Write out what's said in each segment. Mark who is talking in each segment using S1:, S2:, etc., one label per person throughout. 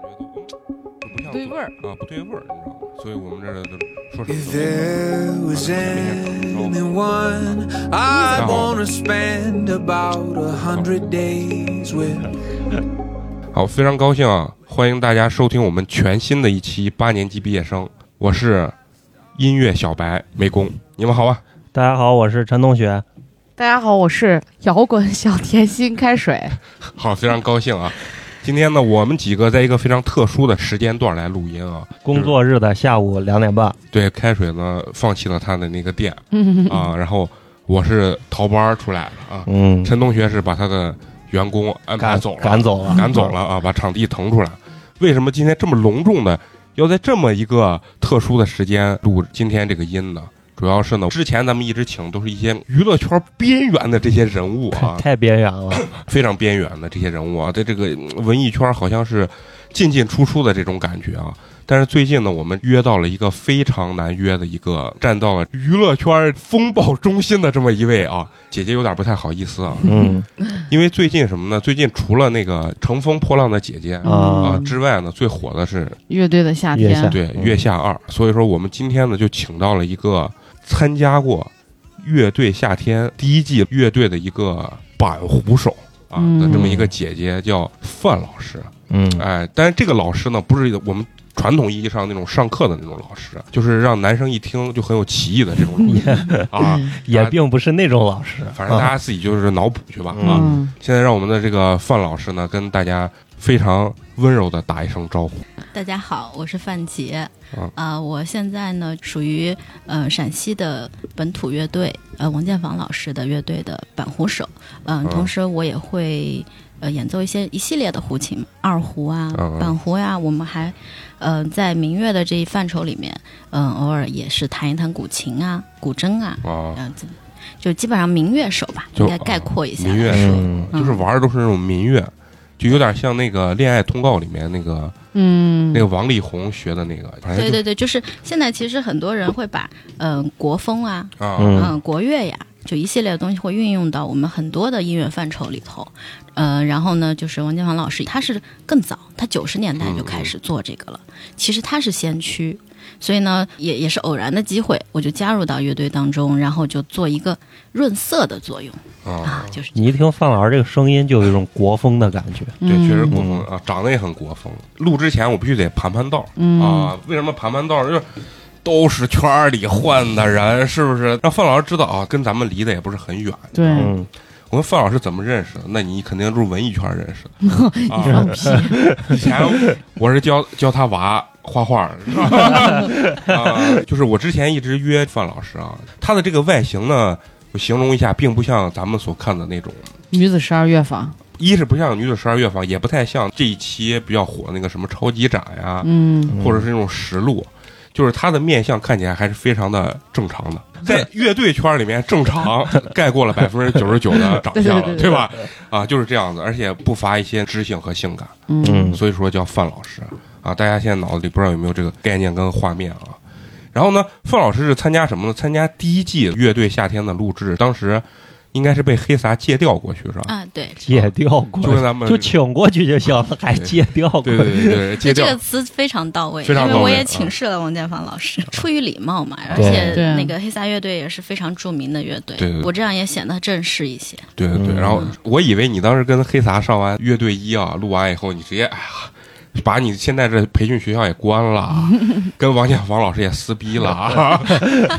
S1: 不对
S2: 味儿
S1: 啊，不对味儿，你知道吗？所以我们这儿都说什
S3: If
S1: 么
S3: there
S1: 都
S3: was
S1: 行
S3: anyone I wanna spend about a hundred days with
S1: 好，非常高兴啊！欢迎大家收听我们全新的一期八年级毕业生，我是音乐小白美工，你们好啊！
S4: 大家好，我是陈同学。
S2: 大家好，我是摇滚小甜心开水。
S1: 啊好，非常高兴啊！今天呢，我们几个在一个非常特殊的时间段来录音啊。
S4: 工作日的下午两点半，
S1: 对，开水呢放弃了他的那个店
S2: 嗯，
S1: 啊，然后我是逃班儿出来的啊。
S4: 嗯，
S1: 陈同学是把他的员工安排
S4: 赶
S1: 走了，
S4: 赶走了，
S1: 赶走了啊，把场地腾出来。为什么今天这么隆重的要在这么一个特殊的时间录今天这个音呢？主要是呢，之前咱们一直请都是一些娱乐圈边缘的这些人物
S4: 太
S1: 啊，
S4: 太边缘了。
S1: 非常边缘的这些人物啊，在这个嗯文艺圈好像是进进出出的这种感觉啊。但是最近呢，我们约到了一个非常难约的一个站到了娱乐圈风暴中心的这么一位啊，姐姐有点不太好意思啊，
S4: 嗯
S1: 因为最近什么呢？最近除了那个乘风破浪的姐姐
S2: 嗯
S1: 啊
S4: 啊，
S1: 之外呢，最火的是
S2: 乐队的夏
S4: 月下
S2: 天，
S1: 对《
S4: 嗯
S1: 月下二》，所以说我们今天呢就请到了一个参加过《乐队夏天》第一季乐队的一个板胡手啊
S2: 嗯
S1: 的这么一个姐姐，叫范老师。
S4: 嗯
S1: 哎，但是这个老师呢，不是我们传统意义上那种上课的那种老师，就是让男生一听就很有歧义的这种老师啊。
S2: 嗯
S4: 也并不是那种老师，
S1: 反正大家自己就是脑补去吧啊。
S2: 嗯，
S1: 现在让我们的这个范老师呢，跟大家非常温柔的打一声招呼。
S5: 大家好，我是范杰
S1: 嗯。
S5: 啊、我现在呢属于呃陕西的本土乐队，呃王建房老师的乐队的板胡手。嗯、
S1: 嗯
S5: 同时我也会呃演奏一些一系列的胡琴，二胡啊、
S1: 嗯嗯
S5: 板胡呀、我们还呃在民乐的这一范畴里面，嗯、偶尔也是弹一弹古琴啊、古筝啊，
S1: 啊
S5: 嗯、怎么就基本上民乐手吧，
S1: 就
S5: 应该概括一下
S1: 民
S5: 来
S1: 乐
S5: 说。
S4: 嗯
S1: 就是玩的都是那种民乐，就有点像那个《恋爱通告》里面那个
S2: 嗯
S1: 那个王力宏学的那个，反正
S5: 对
S1: 就
S5: 对对，就是现在其实很多人会把嗯、呃国风啊，
S1: 啊，
S4: 嗯
S5: 嗯、国乐呀，就一系列的东西会运用到我们很多的音乐范畴里头。呃，然后呢，就是王建房老师，他是更早，他九十年代就开
S1: 嗯
S5: 始做这个了。其实他是先驱，所以呢，也也是偶然的机会，我就加入到乐队当中，然后就做一个润色的作用
S1: 啊，
S5: 啊，就是
S4: 你一听范老师这个声音，就有一种国风的感觉。
S1: 对，确实国风
S4: 嗯
S1: 啊，长得也很国风。录之前我必须得盘盘道
S2: 嗯
S1: 啊，为什么盘盘道？就是都是圈儿里混的人，是不是？让范老师知道啊，跟咱们离得也不是很远。
S2: 对，
S4: 嗯，
S1: 我跟范老师怎么认识的？那你肯定是文艺圈认识的。啊， 以前我是教教他娃画画的，是 吧啊，就是我之前一直约范老师啊，他的这个外形呢，我形容一下，并不像咱们所看的那种，
S2: 女子十二乐坊，
S1: 一是不像《女子十二乐坊》，也不太像这一期比较火那个什么超级展呀，
S2: 嗯，
S1: 或者是那种实录。就是他的面相看起来还是非常的正常的，在乐队圈里面，正常 盖过了百分之九十九的长相了，
S2: 对对对对
S1: 对吧？啊，就是这样子，而且不乏一些知性和性感，
S2: 嗯，
S1: 所以说叫范老师啊。大家现在脑子里不知道有没有这个概念跟画面啊？然后呢，范老师是参加什么呢？参加第一季乐队夏天的录制，当时应该是被黑撒借调过去是吧？
S5: 啊，对，
S4: 借调过
S1: 就跟咱们
S4: 就请过去就行了，还借调过
S1: 对对对 对，
S5: 对
S1: 戒
S5: 这
S1: 掉
S5: 个词非常到位，
S1: 非常
S5: 因为
S1: 到
S5: 我
S1: 位
S5: 也
S1: 啊
S5: 请示了王建房 老师，出于礼貌嘛，而
S4: 对
S5: 且
S2: 对
S5: 那个黑撒乐队也是非常著名的乐队，
S1: 对对对
S5: 我这样也显得正式一些。
S1: 对对对。
S4: 嗯
S1: 然后我以为你当时跟黑撒上完乐队一啊，录完以后你直接哎呀。把你现在这培训学校也关了， 跟王建房老师也撕逼了啊，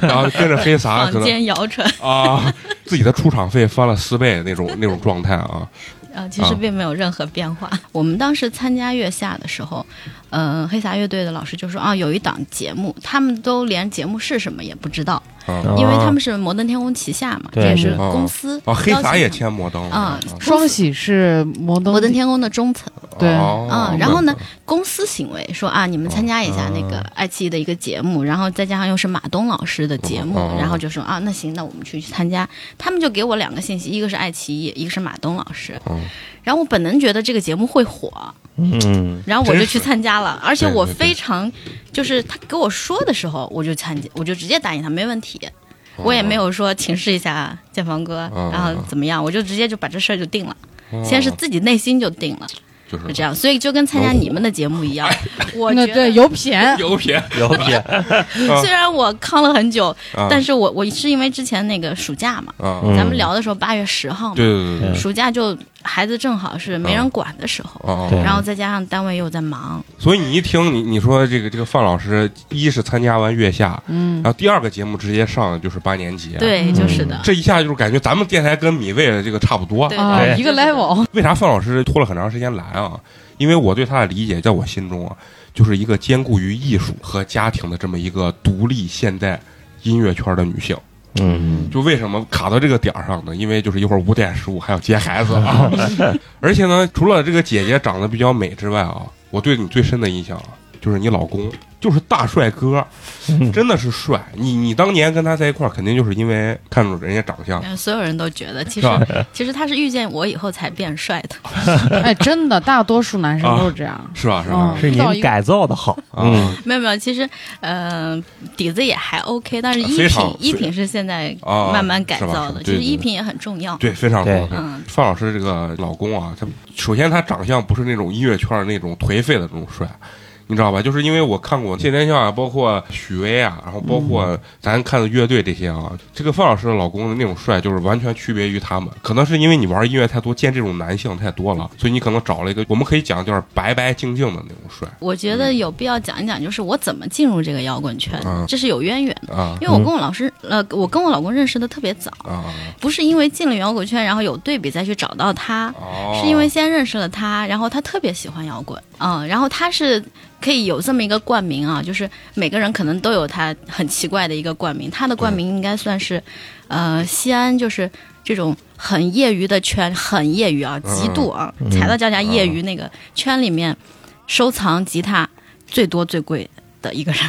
S1: 然后跟着黑撒可
S5: 坊
S1: 能
S5: 间谣传
S1: 啊，自己的出场费翻了四倍那种那种状态啊，
S5: 啊，其实并没有任何变化。我们当时参加月下的时候，呃，黑撒乐队的老师就说啊，有一档节目，他们都连节目是什么也不知道，
S1: 啊
S5: 因为他们是摩登天空旗下嘛，这
S4: 对
S5: 也是
S1: 嗯
S5: 公司
S1: 啊，黑
S5: 邀请
S1: 撒也
S5: 他们
S1: 签摩登了
S5: 啊
S1: 啊
S2: 双喜是摩登
S5: 摩登天空的中层
S2: 对
S1: 哦
S5: 嗯然后呢，公司行为，说啊，你们参加一下那个
S1: 啊
S5: 爱奇艺的一个节目，然后再加上又是马东老师的节目
S1: 哦，
S5: 然后就说啊，那行，那我们去去参加。他们就给我两个信息，一个是爱奇艺，一个是马东老师。
S1: 嗯
S5: 然后我本能觉得这个节目会火，
S4: 嗯，
S5: 然后我就
S1: 真
S5: 去
S1: 是
S5: 参加了，而且
S1: 对
S5: 我
S1: 对对
S5: 非常就是他给我说的时候，我就参加，我就直接答应他，没问题。我也没有说请示一下建房哥，
S1: 哦
S5: 然后怎么样，我就直接就把这事儿就定了。
S1: 哦
S5: 先是自己内心就定了，
S1: 就是
S5: 就这样，所以就跟参加你们的节目一样， 我
S2: 那
S5: 觉得
S2: 嗯对有品，
S1: 油品，
S4: 聊天，
S5: 虽然我抗了很久，但
S1: 是
S5: 是我我是因为之前那个暑假嘛，
S1: 啊，
S4: 嗯
S5: 咱们聊的时候八月十号嘛，
S1: 对对对对，
S5: 暑假就孩子正好是没人管的时候，
S1: 哦
S4: 对
S1: 哦，
S5: 然后再加上单位又在忙，
S1: 所以你一听你你说这个这个范老师，一是参加完月下，
S2: 嗯
S1: 然，后第二个节目直接上的就是八年级，，啊
S5: 对，就是的，
S1: 这一下就是感觉咱们电台跟米未的这个差不多
S5: 对。
S2: 啊，
S4: 对
S2: 一个 level，
S1: 为啥范老师拖了很长时间来啊？因为我对他的理解，在我心中啊，就是一个兼顾于艺术和家庭的这么一个独立现代音乐圈的女性。
S4: 嗯，
S1: 就为什么卡到这个点儿上呢？因为就是一会儿五点十五还要接孩子啊，而且呢，除了这个姐姐长得比较美之外啊，我对你最深的印象啊，就是你老公就是大帅哥，真的是帅。你你当年跟他在一块儿，肯定就是因为看中人家长相，
S5: 嗯所有人都觉得，
S1: 是
S5: 其实
S1: 吧？
S5: 其实他是遇见我以后才变帅的，
S2: 哎，真的，大多数男
S1: 啊
S2: 生都是这样。
S1: 是吧？是吧？
S2: 嗯
S4: 是
S2: 造
S4: 您
S2: 一个
S4: 改造的好，嗯
S1: 啊
S5: 没有没有，其实嗯、呃底子也还 OK，但是
S1: 啊
S5: 衣
S1: 非
S5: 品
S1: 常
S5: 衣品是现在
S1: 啊，
S5: 慢慢改
S1: 是吧
S5: 造
S1: 是吧
S5: 的，其
S1: 对
S5: 实
S1: 对
S5: 衣
S1: 对
S5: 品也很重要。
S1: 对，非常
S4: 对
S1: 好看。
S5: 嗯
S1: 范老师这个老公啊，他首先他长相不是那种音乐圈那种颓废的那种帅，你知道吧？就是因为我看过谢天笑啊，包括许巍啊，然后包括咱看的乐队这些啊，这个范老师的老公的那种帅，就是完全区别于他们。可能是因为你玩音乐太多，见这种男性太多了，所以你可能找了一个我们可以讲就是白白净净的那种帅
S5: 我觉得有必要讲一讲，就是我怎么进入这个摇滚圈
S1: 嗯，
S5: 这是有渊源的。
S1: 啊
S5: 因为我跟我老师，呃，我跟我老公认识的特别早，
S1: 啊！
S5: 不是因为进了摇滚圈，然后有对比再去找到他，
S1: 哦，
S5: 是因为先认识了他，然后他特别喜欢摇滚，嗯，然后他是可以有这么一个冠名啊，就是每个人可能都有他很奇怪的一个冠名，他的冠名应该算是，
S4: 嗯
S5: 呃，西安就是这种很业余的圈，很业余啊，
S1: 嗯
S5: 极度啊，
S4: 嗯
S5: 踩到脚下业余那个圈里面，收藏吉他最多最贵的一个人，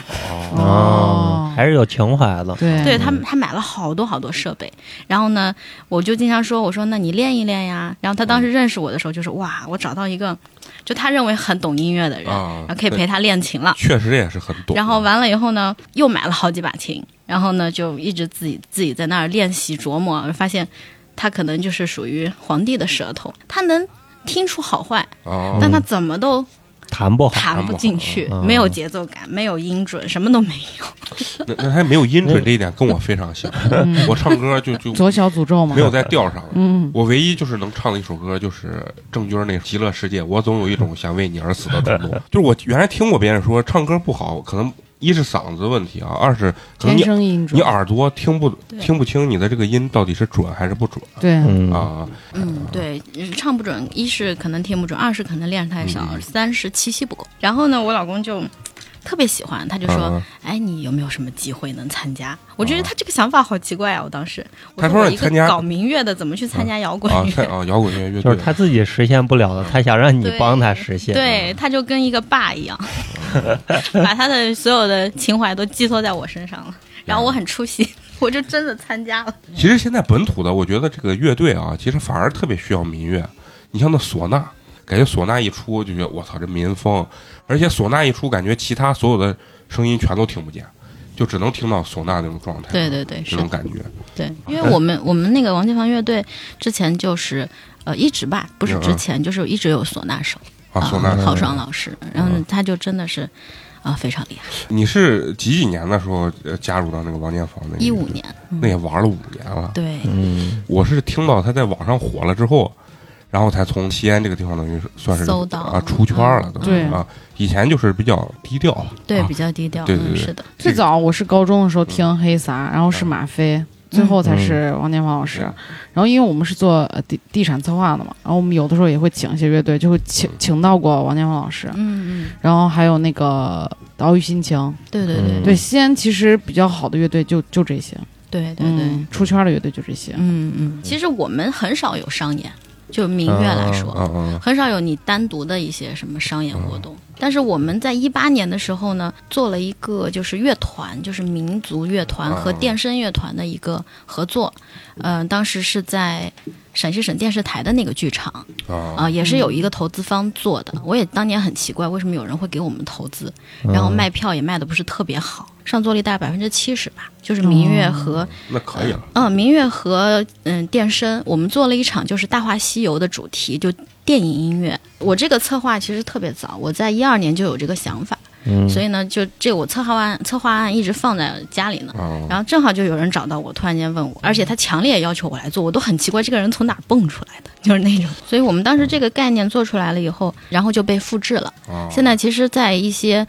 S1: 哦
S4: 哦，还是有情怀的，
S2: 对
S5: 对他，他买了好多好多设备，然后呢，我就经常说，我说那你练一练呀。然后他当时认识我的时候，就说哇，我找到一个，就他认为很懂音乐的人，
S1: 啊
S5: 然后可以陪他练琴了。
S1: 确实也是很懂。
S5: 然后完了以后呢，又买了好几把琴，然后呢就一直自己自己在那儿练习琢磨，发现他可能就是属于皇帝的舌头，他能听出好坏，
S1: 哦，
S5: 但他怎么都
S4: 弹不好，
S5: 弹不进去，
S4: 嗯
S5: 没有节奏感，没有音准，什么都没有。
S1: 那那他没有音
S5: 嗯
S1: 准这一点跟我非常像， 我唱歌就就
S2: 嗯左小诅咒嘛，
S1: 没有在调上。
S2: 嗯，
S1: 我唯一就是能唱的一首歌就是郑钧那《极乐世界》，我总有一种想为你而死的 冲动。就是我原来听过别人说唱歌不好，可能一是嗓子问题啊，二是可能
S2: 天
S1: 你
S2: 生音
S1: 你
S2: 准，
S1: 耳朵听不
S5: 对
S1: 听不清你的这个音到底是准还是不准
S2: 对，
S4: 嗯，
S1: 啊？
S5: 嗯，对，嗯唱不准，一是可能听不准，二是可能练太少，
S1: 嗯
S5: 三是气息不够。然后呢，我老公就特别喜欢，他就说：“
S1: 啊
S5: 哎，你有没有什么机会能参加？”我觉得他这个想法好奇怪啊！我当时我
S1: 他说
S5: 我
S1: 让
S5: 一
S1: 你
S5: 个
S1: 参加
S5: 搞民乐的，怎么去参加摇滚
S1: 啊
S5: 乐？
S1: 太啊摇滚乐乐
S4: 就
S1: 队
S4: 是他自己实现不了的，他想让你
S5: 对
S4: 帮他实现，
S5: 对，他就跟一个爸一样，把他的所有的情怀都寄托在我身上了。然后我很出息，我就真的参加了。
S1: 其实现在本土的，我觉得这个乐队啊，其实反而特别需要民乐。你像那唢呐，感觉唢呐一出就觉得我操这民风，而且唢呐一出，感觉其他所有的声音全都听不见，就只能听到唢呐那种状态，
S5: 对对对，是
S1: 这
S5: 的
S1: 种感觉。
S5: 对，因为我们我们那个王建房乐队之前就是呃一直吧，不是之前就是一直有唢呐手
S1: 嗯
S5: 呃
S1: 啊，唢呐，嗯
S5: 郝爽老师，然后呢他就真的是啊、非常厉害，
S1: 你是几几年的时候呃加入到那个王建房那个？
S5: 一五，年，嗯
S1: 那也玩了五年了。
S5: 对，
S4: 嗯，
S1: 我是听到他在网上火了之后，然后才从西安这个地方等于是算是
S5: 搜到嗯
S1: 啊出圈了，等于
S2: 对
S1: 啊，以前就是比较低调了，
S5: 对
S1: 啊
S5: 比较低调，
S1: 对对
S5: 嗯，
S1: 对
S5: 是的，
S2: 最早我是高中的时候听黑撒，然后是马飞，最后才是王建房老师。
S1: 嗯
S2: 然后因为我们是做呃地地产策划的嘛，然后我们有的时候也会请一些乐队，就会请请到过王建房老师，
S5: 嗯嗯，
S2: 然后还有那个岛屿心情。
S5: 对对对
S4: 嗯
S2: 对，西安其实比较好的乐队就就这些，嗯
S5: 对对对，
S2: 嗯出圈的乐队就这些。
S5: 嗯嗯，其实我们很少有商演，就民乐来说，
S1: 啊啊
S5: 很少有你单独的一些什么商演活动。但是我们在一八年的时候呢，做了一个就是乐团，就是民族乐团和电声乐团的一个合作。嗯、当时是在陕西省电视台的那个剧场啊、
S1: 啊！
S5: 也是有一个投资方做的。我也当年很奇怪，为什么有人会给我们投资，然后卖票也卖的不是特别好，上座率大概百分之七十吧，就是民乐和
S1: 那可以了，
S5: 嗯，民乐和嗯电声，我们做了一场就是《大话西游》的主题，就电影音乐。我这个策划其实特别早，我在一二年就有这个想法，
S4: 嗯，
S5: 所以呢，就这我策划案策划案一直放在家里呢。
S1: 啊，
S5: 然后正好就有人找到我，突然间问我，而且他强烈要求我来做，我都很奇怪这个人从哪儿蹦出来的，就是那种。所以我们当时这个概念做出来了以后，然后就被复制了。
S4: 哦
S1: 啊
S5: 现在其实，在一些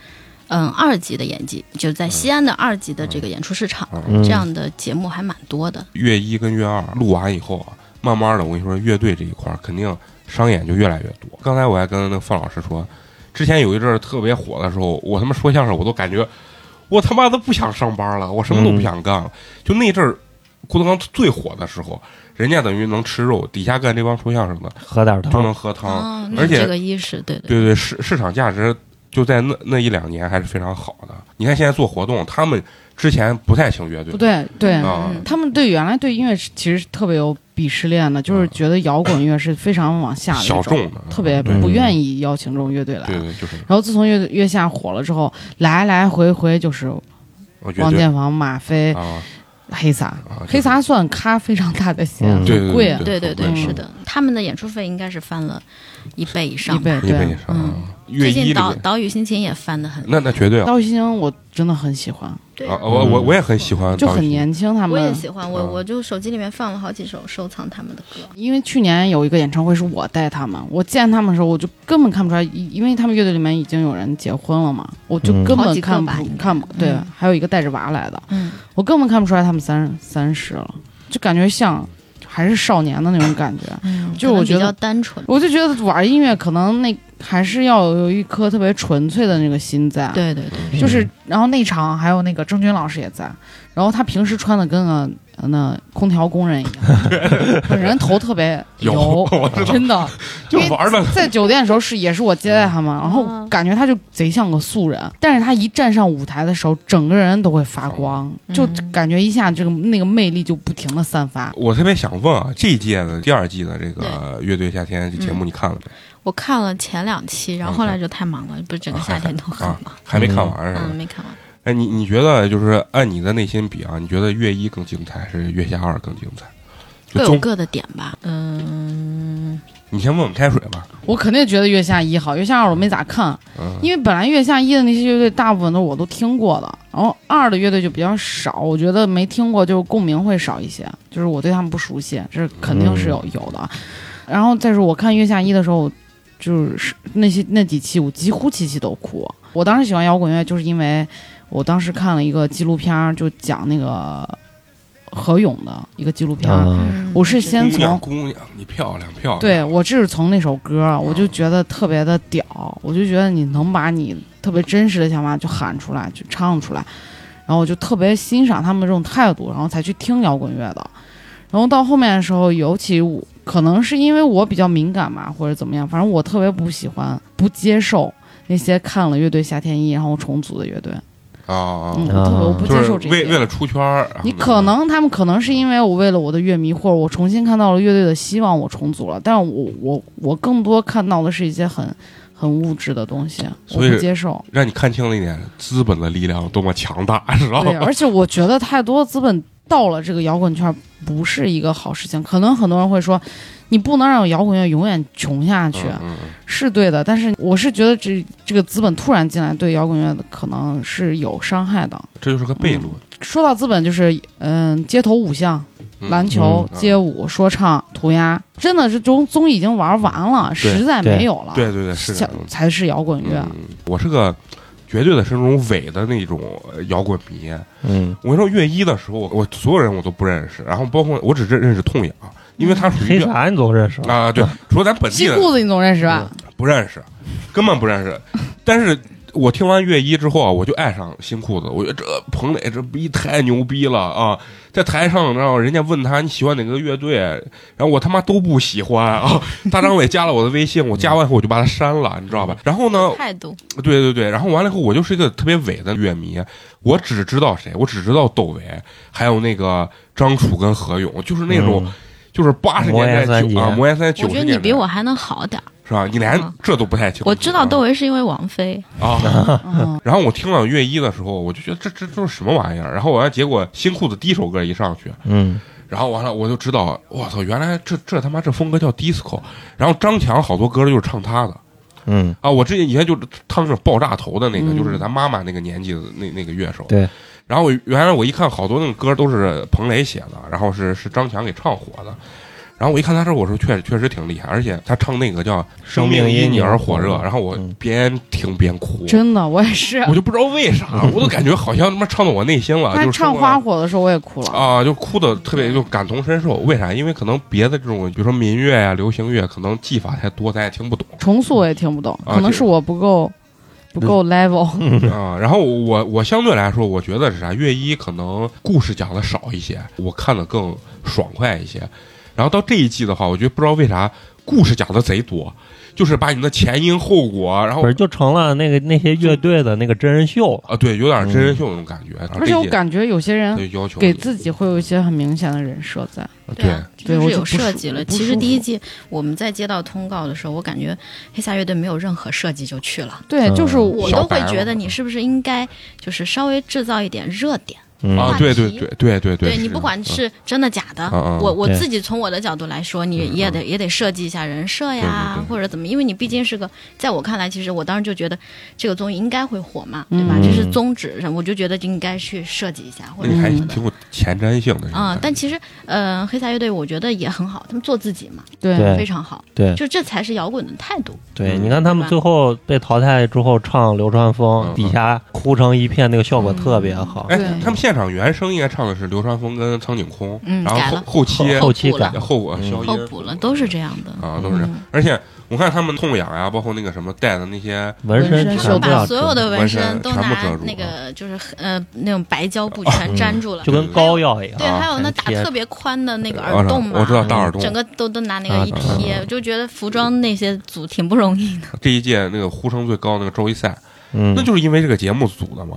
S5: 嗯二级的演技，就在西安的二级的这个演出市场，
S4: 嗯
S5: 这样的节目还蛮多的。
S1: 乐啊一跟乐二录完以后啊，慢慢的，我跟你说，乐队这一块儿肯定商演就越来越多。刚才我还跟那个范老师说，之前有一阵儿特别火的时候，我他妈说相声，我都感觉我他妈都不想上班了，我什么都不想干了。就那阵儿，郭德纲最火的时候，人家等于能吃肉，底下干这帮说相声的
S4: 喝点
S1: 就
S4: 汤，
S1: 能喝汤，
S5: 哦，那
S1: 啊而且
S5: 这个意识，对对
S1: 对对，市市场价值就在那那一两年还是非常好的。你看现在做活动，他们之前不太请乐队
S2: 不，对对，
S1: 啊
S5: 嗯
S2: 他们对原来对音乐是其实是特别有鄙视链的，就是觉得摇滚乐是非常往下的一种
S1: 小众的
S2: 特别
S1: 对
S2: 不愿意邀请这种乐队来。
S1: 对对，就是
S2: 然后自从乐乐下火了之后，来来回回就是
S1: 我觉
S2: 王
S1: 得
S2: 建房、马飞、
S1: 啊，
S2: 黑撒
S1: 啊，
S2: 黑撒算咖非常大的线，
S4: 嗯
S2: 很
S1: 对对
S2: 贵啊，
S5: 对对对，
S1: 嗯
S5: 是的，他们的演出费应该是翻了一倍以
S2: 一
S5: 上吧。
S2: 倍
S1: 一倍
S2: 对
S1: 以。上
S5: 嗯
S1: 啊，乐
S5: 最
S1: 一
S5: 近
S1: 里
S5: 岛
S1: 面
S5: 岛屿心情也翻的很，
S1: 那那绝对啊，
S2: 刀星我真的很喜欢，
S5: 对
S1: 啊我我我也很喜欢
S2: 就
S1: 导
S2: 很
S1: 演，
S2: 年轻他
S5: 我也
S2: 们。
S5: 喜欢，我
S1: 嗯
S5: 我就手机里面放了好几首收藏他们的歌。
S2: 因为去年有一个演唱会是我带他们，我见他们的时候我就根本看不出来，因因为他们乐队里面已经有人结婚了嘛，我就
S4: 嗯
S2: 根
S5: 好
S2: 本
S5: 几个
S2: 看不
S5: 吧
S2: 出
S5: 应该
S2: 看不对
S5: 嗯，
S2: 还有一个带着娃来的，
S5: 嗯，
S2: 我根本看不出来他们三三十了，就感觉像还是少年的那种感觉。就
S5: 嗯可能
S2: 我觉
S5: 比较
S2: 得
S5: 单纯。
S2: 我就觉得玩音乐可能那还是要有一颗特别纯粹的那个心在。啊
S5: 对对对，
S2: 就是，然后那场还有那个郑钧老师也在，然后他平时穿的跟个呃那空调 工人一样，本人头特别
S1: 有
S2: 油，
S1: 我知道
S2: 真的
S1: 就玩 嗯的
S2: 在酒店的时候是也是我接待他们，然后感觉他就贼像个素人，但是他一站上舞台的时候，整个人都会发光，就
S5: 嗯
S2: 感觉一下这个那个魅力就不停的散发。
S1: 我特别想问啊，这一届的第二季的这个乐队夏天这节
S2: 嗯
S1: 目你看了没？
S5: 我看了前两期，然后后来就太忙了，不是整个
S1: 啊
S5: 夏天都很忙。
S1: 还没看完是吧
S5: 嗯，？没看完。
S1: 哎，你你觉得就是按你的内心比啊，你觉得乐一更精彩还是乐夏二更精彩？就
S5: 各有
S1: 中，
S5: 各的点吧，嗯，
S1: 你先问问开水吧。
S2: 我肯定觉得月下一好，月下二我没咋看，
S1: 嗯，
S2: 因为本来月下一的那些乐队大部分都是我都听过的，然后二的乐队就比较少，我觉得没听过就共鸣会少一些，就是我对他们不熟悉，这是肯定是有、有的。然后再说我看月下一的时候，就是那些那几期我几乎期期都哭。我当时喜欢摇滚乐，就是因为我当时看了一个纪录片儿，就讲那个何勇的一个纪录片儿，
S4: 啊，
S5: 嗯
S1: 嗯
S2: 我是先
S1: 姑娘
S2: 从
S1: 姑娘，你漂亮漂亮。啊
S2: 对我就是从那首歌，我
S1: 嗯
S2: 就觉得特别的屌，我就觉得你能把你特别真实的想法就喊出来，就唱出来，然后我就特别欣赏他们这种态度，然后才去听摇滚乐的。然后到后面的时候，尤其我可能是因为我比较敏感吧，或者怎么样，反正我特别不喜欢、不接受那些看了乐队夏天一然后重组的乐队，
S1: 啊啊，
S2: 嗯，
S1: 啊
S2: 我特别我不
S1: 就
S2: 接
S1: 是
S2: 受这
S1: 为为
S2: 些。
S1: 了出圈儿，然
S2: 你
S1: 后
S2: 可能他们可能是因为我为了我的乐迷，或者我重新看到了乐队的希望，我重组了。但我我我更多看到的是一些很很物质的东西，我
S1: 所以哦
S2: 不接受。
S1: 让你看清了一点资本的力量多么强大，知道
S2: 对，啊
S1: 吗？
S2: 而且我觉得太多资本到了这个摇滚圈不是一个好事情。可能很多人会说，你不能让摇滚乐永远穷下去，
S1: 嗯嗯
S2: 是啊对的。但是我是觉得这这个资本突然进来，对摇滚乐的可能是有伤害的。
S1: 这就是个悖论。
S2: 说到资本，就是嗯、街头舞项。
S1: 嗯
S2: 篮球、
S1: 嗯
S2: 街舞、说唱、涂鸦，真的是综综艺已经玩完了，实在没有了，
S1: 嗯对对对，是这
S2: 才
S1: 样的。
S2: 才是摇滚乐。
S1: 嗯，我是个绝对的是那种伪的那种呃摇滚迷。
S4: 嗯，
S1: 我跟你说，乐一的时候，我我所有人我都不认识，然后包括我只认认识痛痒，因为他属于啊
S4: 黑啥你都认识，
S1: 啊，对，除了咱本地
S2: 西
S1: 的
S2: 裤子你总认识吧？
S1: 不认识，根本不认识。但是我听完乐一之后啊，我就爱上新裤子，我觉得这彭磊这逼太牛逼了啊！在台上，然后人家问他你喜欢哪个乐队，然后我他妈都不喜欢啊！ 大张伟加了我的微信，我加完以后我就把他删了，你知道吧？然后呢，
S5: 态度，
S1: 对对对，然后完了以后，我就是一个特别伪的乐迷，我只知道谁，我只知道窦唯，还有那个张楚跟何勇，就是那种，就是八十
S4: 魔
S1: 年
S4: 岩
S1: 代
S4: 嗯三
S1: 九
S4: 杰
S1: 啊，魔岩三
S5: 我
S1: 九
S5: 觉
S1: 十
S5: 得
S1: 年
S5: 你
S1: 代
S5: 比我还能好点儿。
S1: 是吧？你连
S5: 啊
S1: 这都不太清楚，
S5: 我知道
S1: 啊
S5: 窦唯是因为王菲，
S1: 啊。
S2: 嗯，
S1: 然后我听到乐一的时候，我就觉得这这这都是什么玩意儿？然后完了，结果新裤子第一首歌一上去，
S4: 嗯，
S1: 然后完了我就知道，我操，原来这这他妈这风格叫 disco。然后张强好多歌就是唱他的，
S4: 嗯，
S1: 啊，我之前以前就是他们是爆炸头的那个，
S2: 嗯
S1: 就是咱妈妈那个年纪的那那个乐手。
S4: 对。
S1: 然后我原来我一看好多那个歌都是彭磊写的，然后是是张强给唱火的。然后我一看他这，我说确实确实挺厉害，而且他唱那个叫《生命因你而火热》，然后我
S4: 嗯
S1: 边听边哭，
S2: 真的，我也是。
S1: 我就不知道为啥，我都感觉好像他妈唱到我内心了，嗯
S2: 他
S1: 啊就是
S2: 唱
S1: 说
S2: 花火的时候我也哭了，
S1: 啊，就哭的特别就感同身受。为啥？因为可能别的这种，比如说民乐呀、流行乐，可能技法太多，咱也听不懂。
S2: 重塑我也听不懂，
S1: 啊
S2: 可能是我不够不够 level。
S4: 嗯
S1: 啊、然后我我相对来说，我觉得是啥？月一可能故事讲的少一些，我看的更爽快一些。然后到这一季的话，我觉得不知道为啥故事讲的贼多，就是把你的前因后果，然后
S4: 不是就成了那个那些乐队的那个真人秀了。
S1: 啊，对，有
S4: 嗯
S1: 点真人秀那种感觉。然后
S2: 而
S1: 这
S2: 且我
S1: 一季
S2: 感觉有些人
S1: 对要求
S2: 给
S1: 你
S2: 自己会有一些很明显的人设在，
S1: 对
S5: 啊，
S2: 对
S5: 就
S2: 我
S5: 是
S2: 就
S5: 有
S2: 不舒
S5: 设计了。
S2: 不
S5: 其实
S2: 舒
S5: 第一
S2: 服
S5: 季我们在接到通告的时候，我感觉黑撒乐队没有任何设计就去了，
S2: 对，
S4: 嗯
S2: 就是
S5: 我
S1: 小
S5: 都会
S1: 白
S5: 觉
S1: 了嗯
S5: 得你是不是应该就是稍微制造一点热点。
S4: 嗯
S1: 啊，对对对对对
S5: 对
S1: 是啊
S5: 你
S1: 的
S5: 不管是真的假的，
S1: 嗯嗯
S5: 我我
S4: 对
S5: 自己从我的角度来说，你
S1: 嗯
S5: 也得也得设计一下人设呀，
S1: 对对对
S5: 或者怎么，因为你毕竟是个，在我看来，其实我当时就觉得这个综艺应该会火嘛，
S2: 嗯
S5: 对吧？这是宗旨上，我就觉得应该去设计一下，或
S1: 那
S5: 者
S1: 你还
S5: 什么的。
S1: 挺有前瞻性的这种
S5: 嗯
S1: 感
S5: 啊、
S1: 觉
S5: 但其实，呃，黑撒乐队我觉得也很好，他们做自己嘛，
S2: 对
S4: 对
S5: 非常好，
S4: 对
S5: 就这才是摇滚的态度。
S4: 对，
S1: 嗯
S4: 你看他们
S5: 对吧
S4: 最后被淘汰之后唱《流川枫》
S1: 嗯嗯
S4: 底下哭成一片，那个效果特别好。
S1: 哎
S2: 对，
S1: 他们现场原声应该唱的是流川枫跟苍井空，
S5: 嗯
S1: 然
S5: 改
S1: 后
S5: 了
S1: 后后期
S4: 后期
S5: 补了
S4: 改嗯
S1: 后果消
S5: 后
S1: 音
S5: 补了，都是这嗯样的。
S1: 啊，都是这样。而且我看他们痛痒呀，包括那个什么带的那些
S4: 纹
S2: 纹
S4: 身
S2: 身
S5: 他
S2: 全
S5: 们
S4: 全部
S2: 部
S5: 把
S4: 要
S5: 所有
S4: 遮
S5: 的
S1: 遮
S5: 纹身
S1: 完
S5: 都
S1: 全全部嗯
S5: 拿
S1: 遮住
S5: 那
S1: 了
S5: 个就是呃那种白胶布全粘住了，
S4: 就跟膏药一样。
S5: 对，还有那打
S4: 贴
S5: 特别宽的那个
S1: 啊
S5: 耳洞嘛，嗯
S1: 我知道大耳洞
S5: 整个都都拿那个一
S4: 啊
S5: 贴，我就觉得服装那些组挺不容易的。
S1: 这一届那个呼声最高的那个周一赛，
S4: 嗯
S1: 那，就是因为这个节目组的嘛。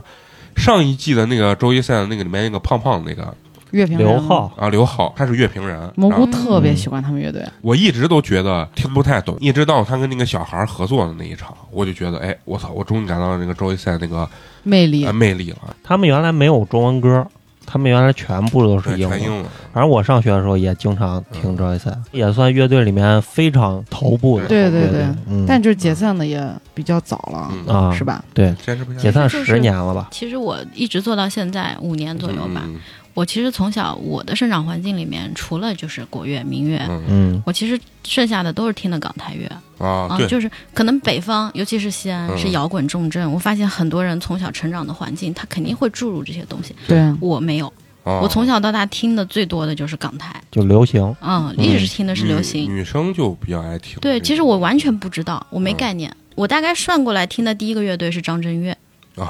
S1: 上一季的那个周一赛的那个里面那个胖胖的那个
S2: 乐评人
S4: 刘
S2: 嘛
S4: 浩，
S1: 啊刘浩，他是乐评人，
S2: 蘑
S1: 然
S2: 菇
S1: 后
S2: 特别喜欢他们乐队，
S1: 我一直都觉得听不太懂，
S5: 嗯
S1: 一直到他跟那个小孩儿合作的那一场，我就觉得哎，我操，我终于感到了那个周一赛那个
S2: 魅力
S1: 呃。魅力了，
S4: 他们原来没有中文歌，他们原来全部都
S1: 对
S4: 是英
S1: 全
S4: 文
S1: 英。文，嗯
S4: 反正我上学的时候也经常听 Joyce，也算乐队里面非常头部的。
S2: 对对
S4: 对
S2: 对，
S4: 嗯，
S2: 但就是解散的也比较早了，
S1: 嗯，
S4: 啊
S2: 是吧？
S4: 对，
S1: 坚持不下去
S4: 解散
S5: 就是
S4: 十年了吧？
S5: 其实我一直做到现在五年左右吧。
S1: 嗯
S5: 我其实从小我的生长环境里面，除了就是国乐、民乐，
S1: 嗯嗯
S4: 嗯，
S5: 我其实剩下的都是听的港台乐
S1: 啊，对，
S5: 就是可能北方，尤其是西安、
S1: 嗯
S5: 是摇滚重镇。我发现很多人从小成长的环境，他肯定会注入这些东西。
S2: 对啊，
S5: 我没有，
S1: 啊
S5: 我从小到大听的最多的就是港台，
S4: 就流行。
S5: 嗯，一直听的是流
S1: 女
S5: 行。
S1: 女生就比较爱听这个。
S5: 对，其实我完全不知道，我没
S1: 嗯
S5: 概念。我大概算过来听的第一个乐队是张震岳，
S1: 啊，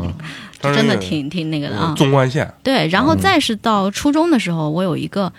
S4: 啊，
S1: 对，
S5: 真的
S1: 当然也
S5: 挺挺那个的
S1: 呃
S5: 啊。
S1: 纵贯线
S5: 对，然
S1: 嗯
S5: 后再是到初中的时候，我有一个，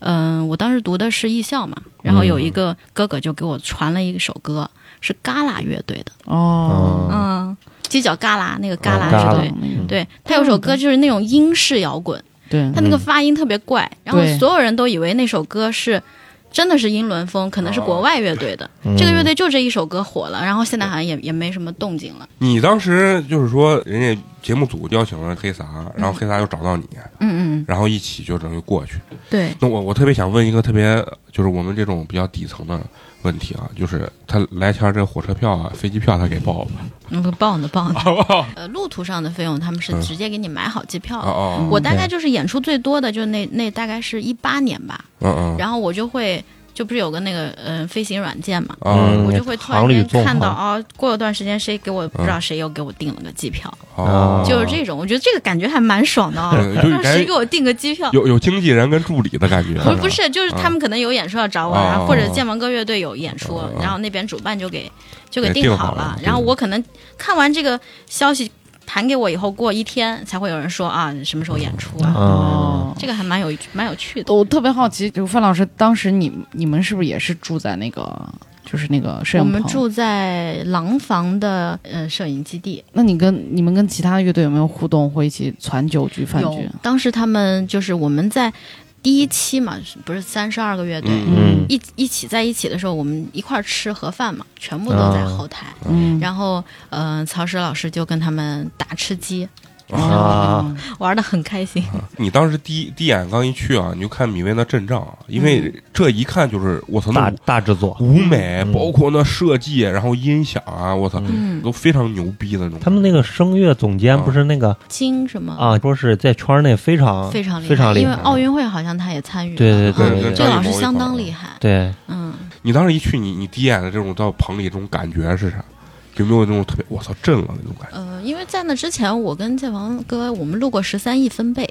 S5: 嗯、我当时读的是艺校嘛，然后有
S1: 嗯
S5: 一个哥哥就给我传了一首歌，是嘎啦乐队的，
S2: 哦，
S4: 嗯
S5: 嗯，犄角旮旯那个旮
S4: 啊嗯旮旯
S5: 旯乐
S2: 知
S5: 队
S2: 道。那个
S5: 对他有首歌就是那种英式摇滚，
S2: 对
S4: 嗯
S5: 他那个发音特别怪，然后
S2: 对
S5: 所有人都以为那首歌是真的是英伦风，可能是国外乐队的。
S4: 嗯
S5: 这个乐队就这一首歌火了，然后现在好像也也没什么动静了。
S1: 你当时就是说，人家节目组邀请了黑撒，然后黑撒又找到你，
S5: 嗯嗯，
S1: 然后一起就等于过去。
S5: 对，
S1: 那我我特别想问一个特别就是我们这种比较底层的问题啊，就是他来钱儿这火车票啊、飞机票他给报吗？
S5: 嗯，棒的棒的。
S1: 好不好？
S5: 呃，路途上的费用他们是直接给你买好机票
S1: 哦
S4: 嗯
S5: 的。
S1: 哦，
S5: 我大概就是演出最多的就那那大概是一八年吧，
S4: 哦
S1: 嗯嗯，
S5: 然后我就会。就就不是有个那个呃飞行软件嘛，
S1: 啊
S4: 嗯
S5: 我就会突然
S4: 航旅
S5: 间
S4: 纵
S5: 看到
S4: 横
S5: 啊，过一段时间谁给我不知道
S1: 嗯
S5: 谁又给我订了个机票，
S1: 啊，
S5: 就是这种，我觉得这个感觉还蛮爽的啊，
S1: 嗯就
S5: 不知
S1: 是
S5: 道
S1: 感
S5: 谁
S1: 觉
S5: 给我订个机票。
S1: 有有经纪人跟助理的感觉，
S5: 不是不是，
S1: 嗯
S5: 就是他们可能有演出要找我，然
S1: 啊
S5: 后或者剑王歌乐队有演出
S1: 啊，
S5: 然后那边主办就给就
S1: 给
S5: 给
S1: 定好
S5: 好
S1: 了嗯
S5: 了。
S1: 对
S5: 然后我可能看完这个消息弹给我以后，过一天才会有人说啊什么时候演出啊，
S1: 嗯
S4: 啊，
S5: 这个还蛮有蛮有趣的。
S2: 哦我特别好奇，就范老师当时你你们是不是也是住在那个就是那个摄
S5: 我
S2: 影
S5: 们
S2: 棚？
S5: 住在廊坊的呃摄影基地，
S2: 那你跟你们跟其他乐队有没有互动，会一起攒酒局饭
S5: 有
S2: 局？
S5: 当时他们就是我们在第一期嘛，不是三十二个乐队。
S1: 嗯
S4: 嗯
S5: 一一起在一起的时候，我们一块儿吃盒饭嘛，全部都在后台。
S2: 嗯，
S5: 然后，呃，曹石老师就跟他们打吃鸡，
S1: 嗯
S2: 哦
S4: 啊，
S5: 玩的很开心。
S1: 你当时第一第一眼刚一去啊，你就看米薇那阵仗啊，因为这一看就是我操，
S4: 嗯大
S1: 那
S4: 大制作，
S1: 舞美
S4: 嗯
S1: 包括那设计，然后音响啊，我操，
S5: 嗯，
S1: 都非常牛逼的那种。
S4: 他们那个声乐总监
S1: 啊
S4: 不是那个
S5: 金什么
S4: 啊，说是在圈内非常
S5: 嗯非常厉害，
S4: 非常厉
S5: 因为
S4: 害
S5: 奥运会好像他也参与了。
S4: 对对
S1: 对
S5: 嗯
S1: 对
S5: 这个老
S1: 张艺谋
S5: 师
S1: 一
S5: 相
S1: 块儿
S5: 当
S1: 啊
S5: 厉害。
S4: 对，
S5: 嗯，
S1: 你当时一去，你你第一眼的这种到棚里这种感觉是啥？有没有那种特别我操震了那种感觉？
S5: 呃，因为在那之前，我跟建房哥我们录过十三亿分贝，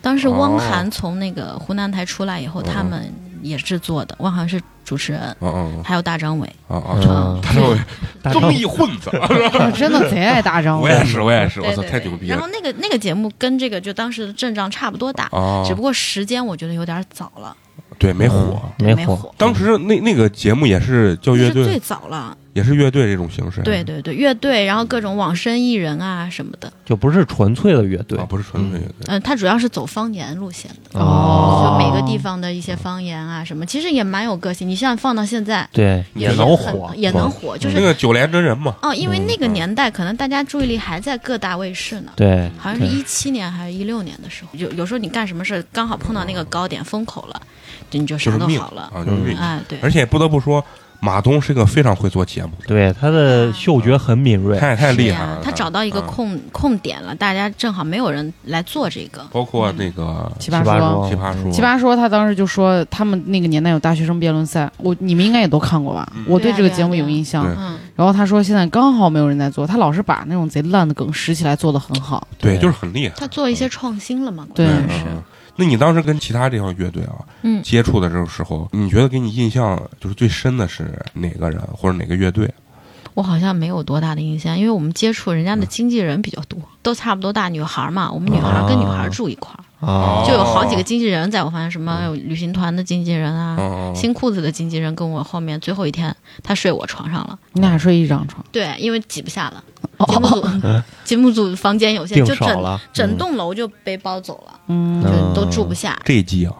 S5: 当时汪涵从那个湖南台出来以后，
S1: 哦嗯
S5: 他们也制作的，汪涵是主持人，
S1: 啊
S5: 还有大张伟，
S1: 啊啊啊！
S4: 嗯，
S1: 他说
S4: 大
S1: 综
S4: 成
S1: 艺混子，
S2: 我 真的贼 爱大张
S1: 我
S2: 伟，
S1: 也是我也是，我
S5: 对
S1: 操
S5: 对
S1: 太
S5: 对
S1: 牛逼
S5: 然
S1: 了
S5: 后那个那个节目跟这个就当时的阵仗差不多大，
S1: 啊
S5: 只！不过时间我觉得有点早了，
S1: 对，没火。
S4: 嗯没
S5: 没
S4: 火，
S5: 火。
S1: 当时那那个节目也是叫
S5: 这
S1: 哦乐
S5: 是最
S1: 队，
S5: 早了，
S1: 也是乐队这种形式。啊
S5: 对对对，乐队，然后各种网申艺人啊什么的，
S4: 就不是纯粹的乐队
S1: 啊，不是纯粹乐队。
S5: 嗯，他主要是走方言路线的，
S2: 哦
S5: 就
S4: 啊
S5: 每个地方的一些方言啊什么，其实也蛮有个性。你像放到现在，
S4: 对
S1: 也嗯
S4: 也
S1: 是
S4: 能
S5: 很
S4: 火，
S5: 也能火，就
S1: 那
S5: 是
S1: 个九连真人嘛，
S5: 哦，因为
S4: 嗯
S5: 那个年代可能大家注意力还在各大卫视呢，
S4: 对，
S5: 好像是一七年还是一六年的时候，有有时候你干什么事儿刚好碰到那个高点风口了，就你就
S1: 就
S5: 啥
S1: 是
S5: 都
S1: 命
S5: 好了，
S1: 啊，就是命。
S5: 哎，对，
S1: 而且不得不说，马东是个非常会做节目的，
S4: 对他
S5: 嗯
S4: 的嗅觉很敏锐，
S1: 太太
S5: 对
S1: 厉害
S5: 呀
S1: 了。
S5: 他找到一个
S1: 啊，
S5: 空空点了，大家正好没有人来做这个，
S1: 包括那个
S2: 奇葩
S4: 葩
S2: 说。
S1: 奇葩说，
S2: 奇葩说，他当时就说他们那个年代有大学生辩论赛，我你们应该也都看过吧？
S1: 嗯
S2: 我对这个
S5: 对啊
S2: 节目
S5: 对啊
S2: 有印象
S1: 对。
S5: 嗯，
S2: 然后他说现在刚好没有人在做，他老是把那种贼烂的梗拾起来做的很好。
S1: 对，就是很厉害。
S5: 他做一些创新了嘛，
S2: 对
S1: 嗯
S2: 是
S1: 嗯那你当时跟其他这帮乐队啊
S5: 嗯
S1: 接触的这种时候，你觉得给你印象就是最深的是哪个人或者哪个乐队？啊
S5: 我好像没有多大的印象，因为我们接触人家的
S1: 嗯
S5: 经纪人比较多，都差不多大，女孩嘛，我们女孩跟女孩住一块儿，
S1: 哦
S4: 啊，
S5: 就有好几个经纪人在我发现什么有旅行团的经纪人啊，
S1: 嗯，
S5: 新裤子的经纪人跟我后面最后一天，他睡我床上了，
S2: 你俩睡一张床，
S5: 对，因为挤不下了，
S2: 哦
S1: 哦
S5: 节目组、 节目组房间有限，
S4: 定
S5: 就
S4: 少
S5: 整
S4: 了，嗯
S5: 整栋楼就被包走了，
S2: 嗯
S5: 就都住不下，
S1: 这一季啊，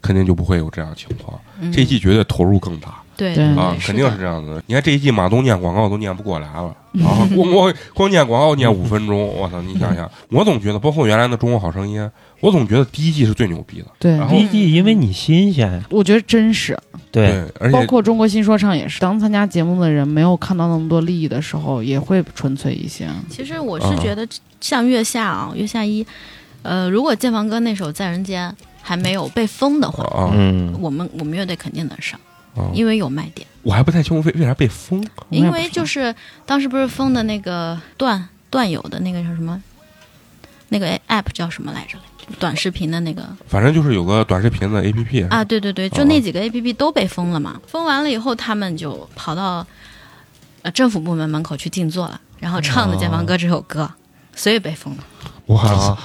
S1: 肯定就不会有这样的情况。
S5: 嗯、
S1: 这一季绝对投入更大
S5: 对
S2: 对
S1: 啊，肯定是
S5: 的
S1: 这样子。你看这一季马东念广告都念不过来了啊，光光光念广告念五分钟，我操！你想想，我总觉得，包括原来的《中国好声音》，我总觉得第一季是最牛逼的。
S2: 对，
S1: 然后
S4: 第一季因为你新鲜，
S2: 我觉得真是，
S4: 对，，
S1: 而
S2: 包
S1: 且
S2: 括中国新说唱也是。当参加节目的人没有看到那么多利益的时候，也会纯粹一些。
S5: 其实我是
S1: 嗯
S5: 觉得，像月下啊，月下一，呃，如果建房哥那首《在人间》还没有被封的话，
S1: 啊
S4: 嗯，
S5: 我们我们乐队肯定能上，
S1: 啊，
S5: 因为有卖点。
S1: 我还不太清楚为为啥被封
S5: 因为就是当时不是封的那个段段友的那个叫什么，那个 app 叫什么来着？短视频的那个
S1: 反正就是有个短视频的 A P P
S5: 啊，对对对，
S1: 哦
S5: 就那几个 app 都被封了嘛。封完了以后，他们就跑到呃政府部门门口去静坐了，然后唱
S1: 哦
S5: 的《解放歌》这首歌，所以被封了。
S1: 哇，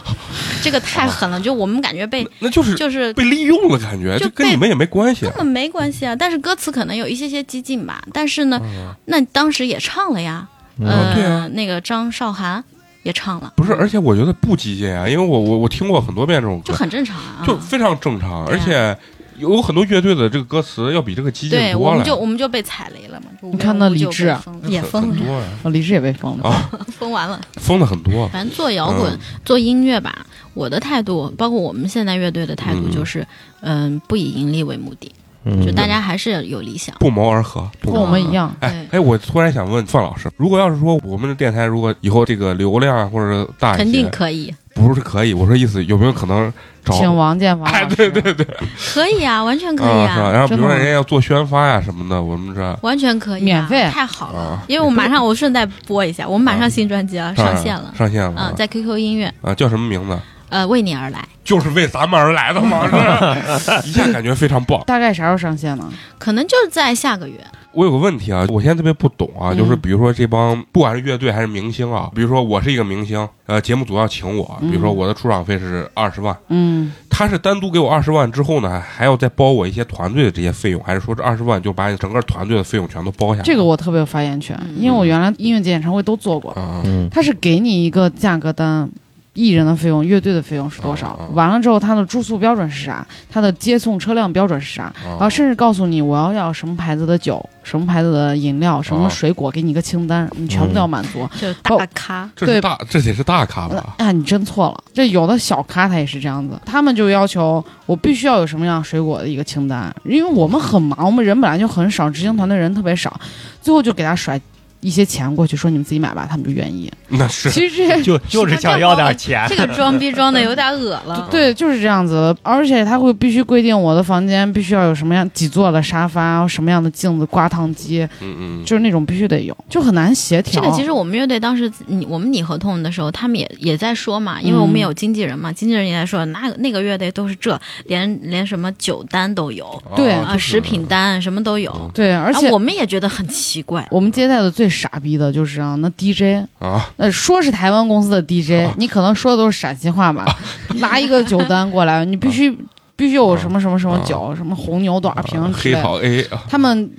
S5: 这个太狠了，就我们感觉被
S1: 那就是
S5: 就是
S1: 被利用了，感觉
S5: 就
S1: 就跟你
S5: 被
S1: 们也没关系
S5: 根本没关系啊，但是歌词可能有一些些激进吧。但是呢，那当时也唱了呀，
S1: 哦嗯对啊
S5: 呃，那个张韶涵也唱了，
S1: 不是，而且我觉得不激进啊，因为我我我听过很多遍这种歌
S5: 就，很正常啊。
S1: 就非常正常，
S5: 对
S1: 而
S5: 啊
S1: 且有很多乐队的这个歌词要比这个激进
S5: 对，
S1: 多
S5: 我
S1: 了
S5: 们。就我们就被踩雷了嘛。你
S2: 看那李志啊
S5: 也
S1: 很
S5: 封
S1: 很
S5: 了，
S1: 多呀，
S2: 哦，李志也被封了。
S1: 啊
S5: 封完了。
S1: 疯的很多。
S5: 反正做摇滚、
S1: 嗯
S5: 做音乐吧，我的态度，包括我们现在乐队的态度，
S1: 嗯
S5: 就是嗯、不以盈利为目的，
S4: 嗯
S5: 就大家还是有理想。
S1: 不谋而合，不谋
S2: 跟我
S1: 而合
S2: 们一。样，
S1: 哎哎，我突然啊想问范老师，如果要是说我们的电台如果以后这个流量或者大一些，
S5: 肯定可以，
S1: 不是可以，我说意思有没有可能找？
S2: 请王建房
S1: 哎，
S2: 老
S1: 对
S2: 师，
S1: 对对，
S5: 可以啊，完全可以
S1: 啊，是吧？
S5: 啊，
S1: 然后比如说
S2: 真的吗
S1: 人家要做宣发呀什么的，我们这
S5: 完全可以
S2: 免
S5: 啊，
S2: 费
S5: 太好了。
S1: 啊，
S5: 因为我 马上，我顺带播一下，我们马上新专辑了，上线了，
S1: 上线了
S5: 啊，在 QQ 音乐，
S1: 啊，叫什么名字？
S5: 呃，为你而来，
S1: 就是为咱们而来的 嘛，是一下感觉非常棒。
S2: 大概啥时候上线呢？
S5: 可能就是在下个月，
S1: 我有个问题啊，我现在特别不懂啊，
S5: 嗯
S1: 就是比如说这帮不管是乐队还是明星啊，比如说我是一个明星，呃，节目组要请我，比
S2: 嗯
S1: 如说我的出场费是二十万，
S2: 嗯，
S1: 他是单独给我二十万之后呢，还要再包我一些团队的这些费用，还是说这二十万就把你整个团队的费用全都包下来？
S2: 这个我特别有发言权，
S5: 嗯
S2: 因为我原来音乐节、演唱会都做过，
S1: 啊，
S4: 嗯，
S2: 他是给你一个价格单。艺人的费用、乐队的费用是多少
S1: 啊啊？
S2: 完了之后，他的住宿标准是啥？他的接送车辆标准是啥？
S1: 啊
S2: 然后甚至告诉你我要要什么牌子的酒、什么牌子的饮料、什么水果，给你一个清单，你全部都要满足。
S5: 就是大咖，
S1: 这是
S2: 对
S1: 大，这得是大咖吧？
S2: 啊，你真错了。这有的小咖他也是这样子，他们就要求我必须要有什么样水果的一个清单，因为我们很忙，我们人本来就很少，执行团队人特别少，最后就给他甩一些钱过去，说你们自己买吧，他们就愿意。
S1: 那是
S2: 其实这
S4: 嗯
S2: 些
S6: 就就是想要点钱，
S5: 这个装逼装的有点恶
S1: 嗯
S5: 了，
S2: 对，就是这样子的，而且他会必须规定我的房间必须要有什么样几座的沙发，什么样的镜子、挂烫机，
S1: 嗯嗯，
S2: 就是那种必须得有，就很难协
S5: 这
S2: 调。
S5: 个其实我们乐队当时你我们拟合同的时候，他们也也在说嘛，因为我们
S2: 嗯
S5: 有经纪人嘛，经纪人也在说，那那个乐队都是这，连连什么酒单都有
S2: 对
S1: 啊
S5: 啊，
S1: 就是
S5: 食品单什么都有，
S2: 对，嗯而且
S5: 啊我们也觉得很奇怪，
S2: 我们接待的最傻逼的就是啊，那 DJ，
S1: 啊，
S2: 呃，说是台湾公司的 DJ，、你可能说的都是陕西话嘛，
S1: 啊
S2: 拿一个酒单 过来，你必须、必须有什么什么什么酒，什么红牛多少瓶之
S1: 黑
S2: 类的。
S1: 桃 A 啊啊
S2: 他们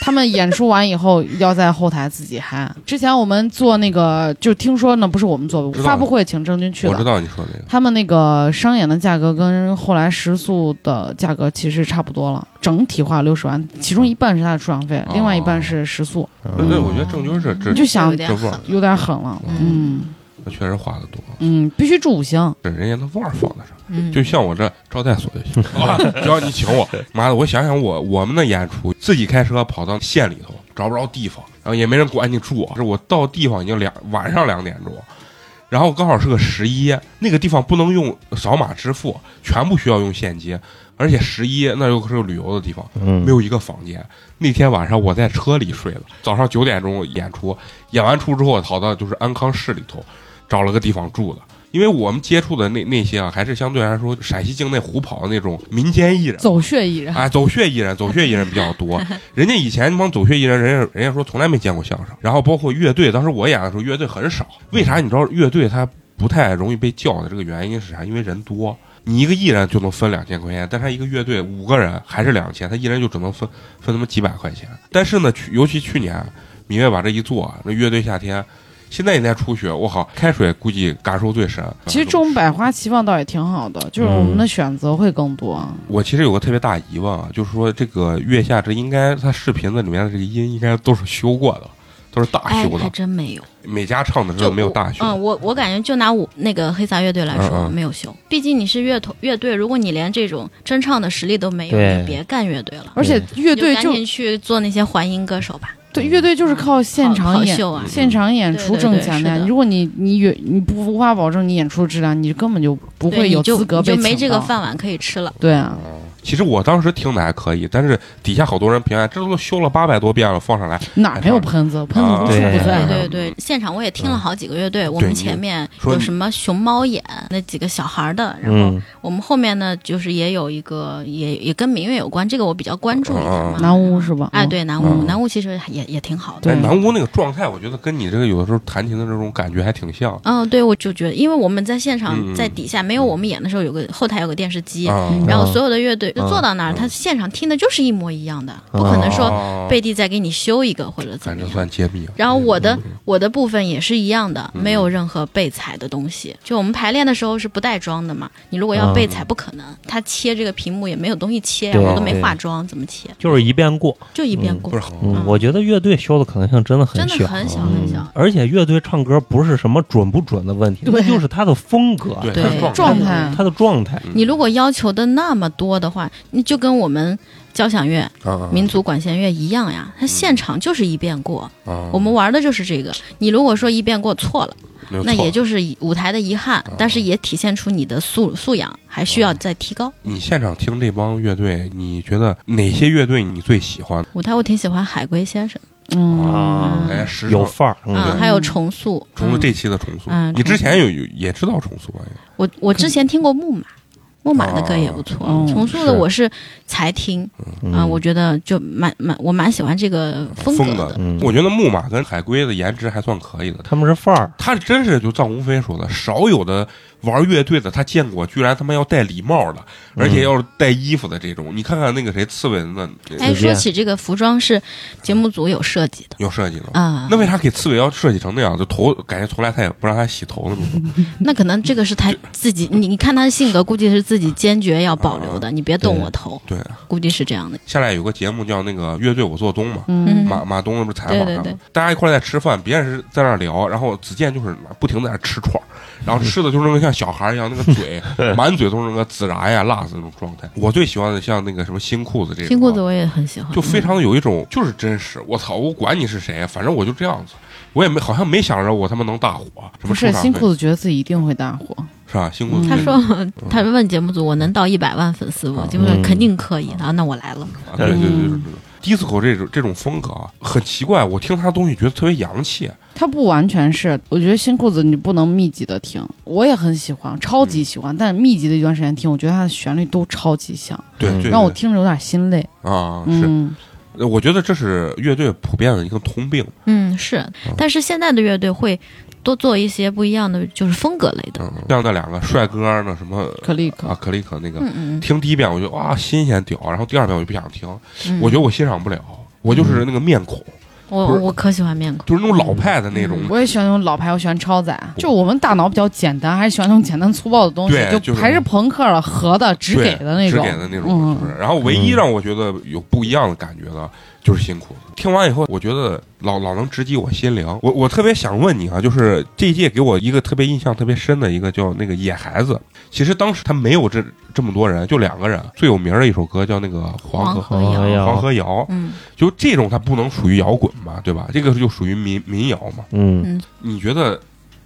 S2: 他们演出完以后要在后台自己嗨。之前我们做那个，就听说呢，不是我们做
S1: 知道
S2: 发布会，请郑钧去
S1: 我知
S2: 了。
S1: 道你说那个，
S2: 他们那个商演的价格跟后来食宿的价格其实差不多了，整体化六十万，其中一半是他的出场
S1: 哦
S2: 费，另外一半是食宿，
S1: 那 那
S4: 嗯
S1: 我觉得郑钧是这
S2: 你就想
S5: 有点
S1: 这味
S5: 狠
S1: 儿，
S2: 有点狠了。嗯
S1: 那确实花的多，
S2: 嗯，必须住五星。
S1: 这人家那腕儿放在上，
S5: 嗯，
S1: 就像我这招待所就行，啊只要你请我，妈的，我想想我我们的演出，自己开车跑到县里头，找不着地方，然后也没人管你住，啊是我到地方已经两晚上两点钟。然后刚好是个十一，那个地方不能用扫码支付，全部需要用现金，而且十一那又是个旅游的地方，
S4: 嗯
S1: 没有一个房间。那天晚上我在车里睡了，早上九点钟演出，演完出之后跑到就是安康市里头，找了个地方住的。因为我们接触的那那些啊，还是相对来说陕西境内虎跑的那种民间艺人，
S2: 走穴艺人，
S1: 哎，走穴艺人，走穴艺人比较 多。人家以前那帮走穴艺人，人家人家说从来没见过相声，然后包括乐队，当时我演的时候乐队很少。为啥？你知道乐队它不太容易被叫的这个原因是啥？因为人多，你一个艺人就能分两千块钱，但他一个乐队五个人还是两千，他一人就只能分分他妈几百块钱。但是呢，去尤其去年芈月把这一做，那乐队夏天。现在你再出去，我靠，开水估计感受最深。
S2: 其实这种百花齐放倒也挺好的，就是我们的选择会更多。
S1: 我其实有个特别大疑问啊，就是说这个月下这应该它视频的里面的这个音应该都是修过的，都是大
S5: 哎
S1: 修，的。
S5: 还真没有。
S1: 每家唱的时
S5: 就
S1: 候没有
S5: 我
S1: 大修，
S5: 嗯，我我感觉就拿我那个黑撒乐队来说，
S1: 嗯嗯
S5: 没有修。毕竟你是乐团乐队，如果你连这种真唱的实力都没有，
S4: 对
S5: 你别干乐队了。
S2: 而且乐队
S5: 你
S2: 就
S5: 赶紧去做那些环音歌手吧，
S2: 对乐队就是靠现
S5: 好
S2: 场
S5: 好
S2: 演、
S5: 秀啊
S2: 现场演出挣钱的
S5: 对对对是
S2: 呀。
S5: 的
S2: 如果你你远你不无法保证你演出质量，你根本就不
S5: 对
S2: 会有
S5: 你就
S2: 资格
S5: 你就
S2: 被
S5: 没这
S2: 请
S5: 个
S2: 到。
S5: 饭碗可以吃了。
S2: 对啊，
S1: 其实我当时听的还可以，但是底下好多人评价，这都修了八百多遍了，放上来
S2: 哪儿没有喷子？喷子无处
S4: 对
S2: 不在。
S5: 嗯对对对，现场我也听了好几个乐队，我
S1: 嗯对
S5: 们
S1: 你
S5: 前面
S1: 说
S5: 有
S1: 你
S5: 什么熊猫眼那几个小孩儿的，然后
S4: 嗯
S5: 我们后面呢就是也有一个也也跟民乐有关，这个我比较关注一下
S1: 哦
S5: 嘛。
S2: 南屋是吧？
S5: 哎，
S2: 嗯，
S5: 对南屋，
S1: 嗯
S5: 南屋其实也也挺好的。
S1: 哎
S2: 对
S1: 南屋那个状态，我觉得跟你这个有的时候弹琴的这种感觉还挺像
S5: 嗯，对，我就觉得，因为我们在现场
S1: 嗯嗯
S5: 在底下没有我们演的时候，有个后台有个电视机，
S1: 啊。
S2: 嗯
S5: 然后所有的乐队就
S1: 嗯
S5: 坐到那儿，他现场听的就是一模一样的，不可能说
S1: 哦
S5: 贝蒂再给你修一个或者怎
S1: 咱
S5: 么
S1: 这
S5: 样。
S1: 算揭秘啊。
S5: 然后我
S4: 嗯
S5: 的我的部分也是一样的，没有任何备采的东西。就我们排练的时候是不带妆的嘛，你如果要备采，不可能。他切这个屏幕也没有东西切呀，
S4: 嗯对
S5: 我都没
S4: 对
S5: 化妆，怎么切？
S4: 就是一遍过。
S5: 就一边过
S1: 不是，
S4: 嗯，我觉得乐队修的可能性真的很
S5: 真
S4: 小，嗯
S5: 的很小很小。
S4: 而且乐队唱歌不是什么准不准的问题，那就是他的风格，
S1: 对
S5: 对
S1: 它是状
S2: 状态
S4: 他的状态。
S5: 你如果要求的那么多的话，你就跟我们交响乐、
S4: 嗯
S1: 啊
S5: 民族管弦乐一样呀，它现场就是一遍过，
S4: 嗯
S1: 啊，
S5: 我们玩的就是这个。你如果说一遍过错了，
S1: 没有
S5: 那
S1: 错哦
S5: 也就是遗舞台的遗憾，但是也体现出你的素素养还需要再提高。
S1: 你现场听这帮乐队，你觉得哪些乐队你最喜欢？
S5: 舞台我挺喜欢海龟先生，
S2: 嗯，
S5: 嗯
S1: 哎，时
S4: 啊有
S1: 常
S4: 范儿。嗯，
S5: 嗯，还有重塑，
S1: 重塑
S5: 嗯
S1: 这期的重塑
S5: 嗯，
S1: 你之前有有也知道重塑啊？
S5: 我我之前听过木马，木马的歌也不错。
S1: 嗯
S2: 哦
S5: 重塑
S4: 是
S5: 的我是才听
S4: 嗯
S5: 啊、我觉得就蛮蛮我蛮喜欢这个风格
S1: 风
S5: 的。
S1: 格
S4: 嗯
S1: 我觉得木马跟海龟的颜值还算可以的。
S4: 他们是范儿，
S1: 他真是就藏无非说的，少有的玩乐队的他见过，居然他妈要戴礼帽的，而且要是戴衣服的这种。你看看那个谁，刺猬那
S5: 哎，
S4: 随便
S5: 说起这个服装是节目组有设计的
S1: 有设计的。
S5: 啊，
S1: 那为啥给刺猬要设计成那样？就头感觉从来他也不让他洗头那 种。
S5: 那可能这个是他自己，你你看他的性格，估计是自己坚决要保留的，你别动我头，
S1: 啊对，
S5: 估计是这样的。
S1: 下来有个节目叫那个乐队我做东嘛，
S2: 嗯，
S1: 马马东那不是采访
S5: 对
S1: 他
S5: 对对
S1: 吗？大家一块儿在吃饭，别人是在那儿聊，然后子健就是不停在那儿吃串儿，然后吃的就是那个像小孩儿一样，那个嘴满嘴都是那个孜然呀、辣子那种状态。我最喜欢的像那个什么新裤子这种啊，
S5: 新裤子我嗯也很喜欢，
S1: 就非常的有一种就是真实。我操，我管你是谁，反正我就这样子，我也没好像没想着我他妈能大火，什
S2: 不
S1: 么
S2: 是
S1: 受伤
S2: 新
S1: 费
S2: 裤子觉得自己一定会大火，
S1: 是吧？新裤子
S5: 嗯他说，
S1: 嗯
S5: 他问节目组，我能到一百万粉丝不？节目组肯定可以。然后那我来了，
S1: 啊对对对对对。disco 这种这种风格啊，很奇怪，我听他的东西觉得特别洋气，
S2: 它不完全是，我觉得新裤子你不能密集的听，我也很喜欢，超
S1: 嗯
S2: 级喜欢，但密集的一段时间听，我觉得它的旋律都超级像，
S1: 对
S4: 嗯
S1: 对，
S2: 让我
S1: 对
S2: 听着有点心累。
S1: 啊是，
S2: 嗯，
S1: 呃我觉得这是乐队普遍的一个通病，
S5: 嗯，是。但是现在的乐队会多做一些不一样的，就是风格类的。
S1: 嗯，像那两个帅哥那什么
S2: 可立克
S1: 啊，克里克那个，
S5: 嗯嗯
S1: 听第一遍我就哇新鲜屌，然后第二遍我就不想听，
S5: 嗯，
S1: 我觉得我欣赏不了，我就是那个面孔，
S5: 我
S1: 不是
S5: 我可喜欢面孔。
S1: 就是那种老派的那种
S2: 嗯我也喜欢那种老牌，我喜欢超载。就我们大脑比较简单，还是喜欢那种简单粗暴的东西
S1: 对，
S2: 就
S1: 就是
S2: 还是朋克了，和的直
S1: 对
S2: 给的那种
S1: 只。给的那种，
S2: 嗯
S1: 就是。然后唯一让我觉得有不一样的感觉的，就是辛苦。听完以后，我觉得老老能直击我心灵。我我特别想问你啊，就是这一届给我一个特别印象特别深的一个叫那个野孩子。其实当时他没有这这么多人，就两个人。最有名的一首歌叫那个黄河
S5: 黄河
S4: 谣
S1: 黄河谣，
S5: 嗯
S1: 就这种它不能属于摇滚嘛，对吧？这个就属于民民谣嘛。
S4: 嗯，
S5: 嗯，
S1: 你觉得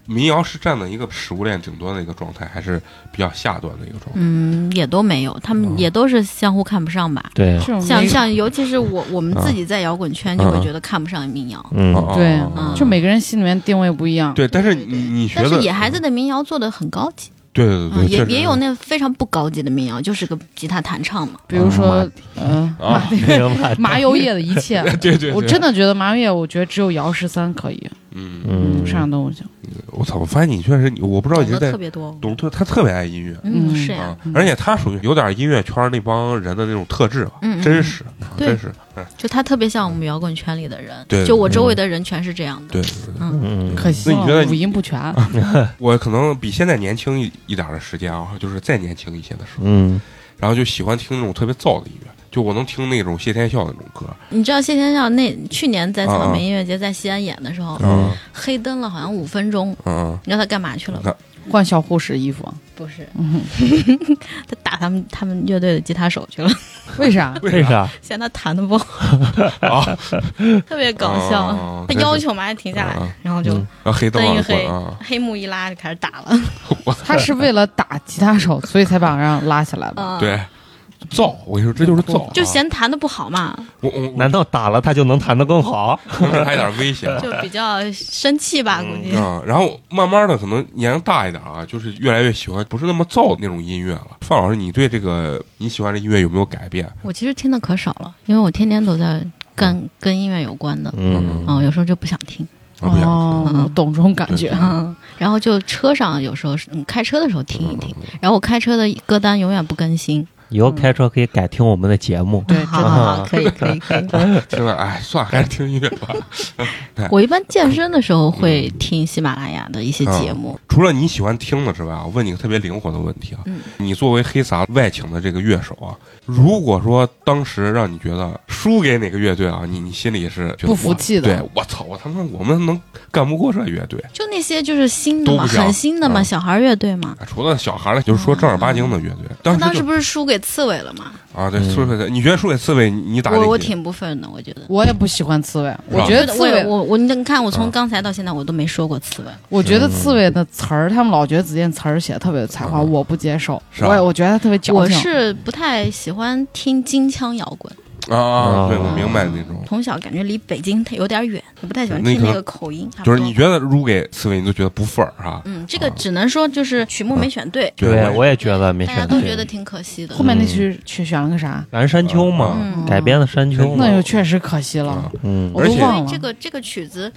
S1: 民谣是站在一个食物链顶端的一个状态，还是比较下端的一个状态？
S5: 嗯，也都没有，他
S1: 嗯
S5: 们也都是相互看不上吧。
S4: 对，
S2: 这种
S5: 像
S2: 没
S5: 像，尤其是我我们自己在摇滚圈就
S1: 嗯
S5: 会
S1: 嗯
S5: 觉得看不上民谣，
S4: 嗯，
S1: 哦
S2: 对
S1: 哦哦哦
S2: 就每个人心里面定位不一样。
S1: 对，但是
S5: 对
S1: 你
S5: 对
S1: 你觉
S5: 但
S1: 得
S5: 是野孩子的民谣做的很高级，
S1: 对对
S5: 嗯
S1: 对，
S5: 也
S1: 确实啊
S5: 也有那非常不高级的民谣，就是个吉他弹唱嘛。
S2: 比如说，嗯，
S1: 啊，
S4: 明白。
S2: 麻油叶的一切，
S1: 对对，
S2: 我真的觉得麻油叶，我觉得只有姚十三可以，
S1: 嗯，
S4: 嗯，
S2: 上东西。
S1: 我操，我发现你确实你，我不知道
S5: 懂
S1: 你是
S5: 得
S1: 在
S5: 特别多。
S1: 懂特，他特别爱音乐
S5: 嗯，
S2: 嗯
S5: 是呀
S1: 啊，，而且他属于有点音乐圈那帮人的那种特质吧，
S5: 嗯，嗯
S1: 真实，啊
S5: 对
S1: 真实，哎
S5: 就他特别像我们摇滚圈里的人，
S1: 对
S5: 就我周围的人全是这样的。
S1: 对，
S4: 嗯，
S2: 可惜哦
S1: 那你觉得你
S2: 五音不全。
S1: 我可能比现在年轻一一点的时间啊，就是再年轻一些的时候，
S4: 嗯，
S1: 然后就喜欢听那种特别燥的音乐。就我能听那种谢天笑那种歌，
S5: 你知道谢天笑那去年在草
S1: 啊啊
S5: 莓音乐节在西安演的时
S4: 啊
S5: 候，
S1: 嗯
S5: 黑灯了好像五分钟，
S1: 嗯
S5: 你知道他干嘛去了吗？
S1: 干
S2: 换小护士衣服，
S5: 不是，
S2: 嗯，
S5: 他打他们他们乐队的吉他手去了，
S2: 为啥？
S4: 为啥？
S5: 嫌他弹的 不好，
S1: 啊，
S5: 特别搞笑。
S1: 啊
S5: 他要求嘛还停下
S1: 啊啊
S5: 来，然后就
S4: 嗯
S1: 啊黑灯
S5: 灯一
S1: 啊
S5: 黑
S1: 啊，
S5: 黑幕一拉就开始打了。
S2: 他是为了打吉他手，所以才把让拉起来的。
S1: 嗯
S5: 啊，
S1: 对，燥，我跟你说，这就是燥啊，
S5: 就嫌弹的不好嘛，
S1: 我我我
S4: 难道打了他就能弹得更好？
S1: 这还有点 危险啊，
S5: 就比较生气吧，估计。
S1: 啊、然后慢慢的，可能年龄大一点啊，就是越来越喜欢不是那么燥的那种音乐了。范老师，你对这个你喜欢的音乐有没有改变？
S5: 我其实听的可少了，因为我天天都在
S1: 嗯
S5: 干跟音乐有关的，
S4: 嗯，
S5: 嗯，有时候就不想听，
S1: 啊，不想
S2: 哦
S5: 嗯
S2: 我懂这种感觉。
S5: 嗯， 然后就车上有时候是嗯开车的时候听一听，
S1: 嗯
S5: 然后我开车的歌单永远不更新，
S4: 以后开车可以改听我们的节目。
S2: 对，
S5: 好
S2: 真的
S5: 好好，可以可以可以。
S1: 听了，哎，算了，还是听音乐吧。哎
S5: 我一般健身的时候会听喜马拉雅的一些节目，
S1: 除了你喜欢听的之外啊，我问你个特别灵活的问题啊，
S5: 嗯
S1: 你作为黑撒外请的这个乐手啊，如果说当时让你觉得输给哪个乐队啊，你你心里是觉得
S2: 不服
S1: 哇
S2: 气的
S1: 对，我操，我他妈我们能干不过这乐队。
S5: 就那些就是新
S1: 嗯
S5: 的
S1: 都
S5: 嘛，
S1: 不想
S5: 很新的嘛，
S1: 嗯
S5: 小孩乐队嘛。
S1: 啊除了小孩儿呢，就是说正儿八经的乐队。当
S5: 他
S1: 时
S5: 当
S1: 就
S5: 哦时不是输给刺猬了嘛，
S1: 啊，对，
S4: 嗯
S1: 刺猬的，你觉得数给刺猬，你打得
S5: 我我
S1: 起
S5: 挺不忿的，我觉得。
S2: 我也不喜欢刺猬，
S1: 是吧
S2: 我觉得刺
S5: 我
S2: 猬，
S5: 我我，你看，我
S1: 啊
S5: 从刚才到现在我都没说过刺猬。
S2: 我
S5: 嗯
S2: 觉得刺猬的词儿，他们老觉得子健词儿写得特别有才华，
S1: 嗯
S2: 我不接受，
S1: 是啊
S2: 我也我觉得他特别矫
S5: 我
S2: 情。
S5: 是不太喜欢听京腔摇滚，
S1: 啊啊，
S4: 啊
S1: 对，我明白那种，
S5: 从小感觉离北京它有点远，我不太喜欢
S1: 那
S5: 听
S1: 可
S5: 那个口音。差不
S1: 就是
S5: 多
S1: 你觉得如给刺猬，你都觉得嗯不忿儿哈？
S5: 嗯，这个只能说就是曲目没选对，
S4: 对，我也觉得没
S5: 大家
S4: 选
S5: 都
S4: 对。
S5: 觉得挺可惜的
S2: 后。面那句去选了个啥？哦
S4: 咱山丘嘛，
S5: 嗯
S4: 改编的山丘嘛
S2: 那，就确实可惜了
S1: 啊，
S4: 嗯，
S2: 我
S1: 而
S2: 都
S1: 且
S2: 忘
S5: 因为这
S2: 了。
S5: 个这个曲子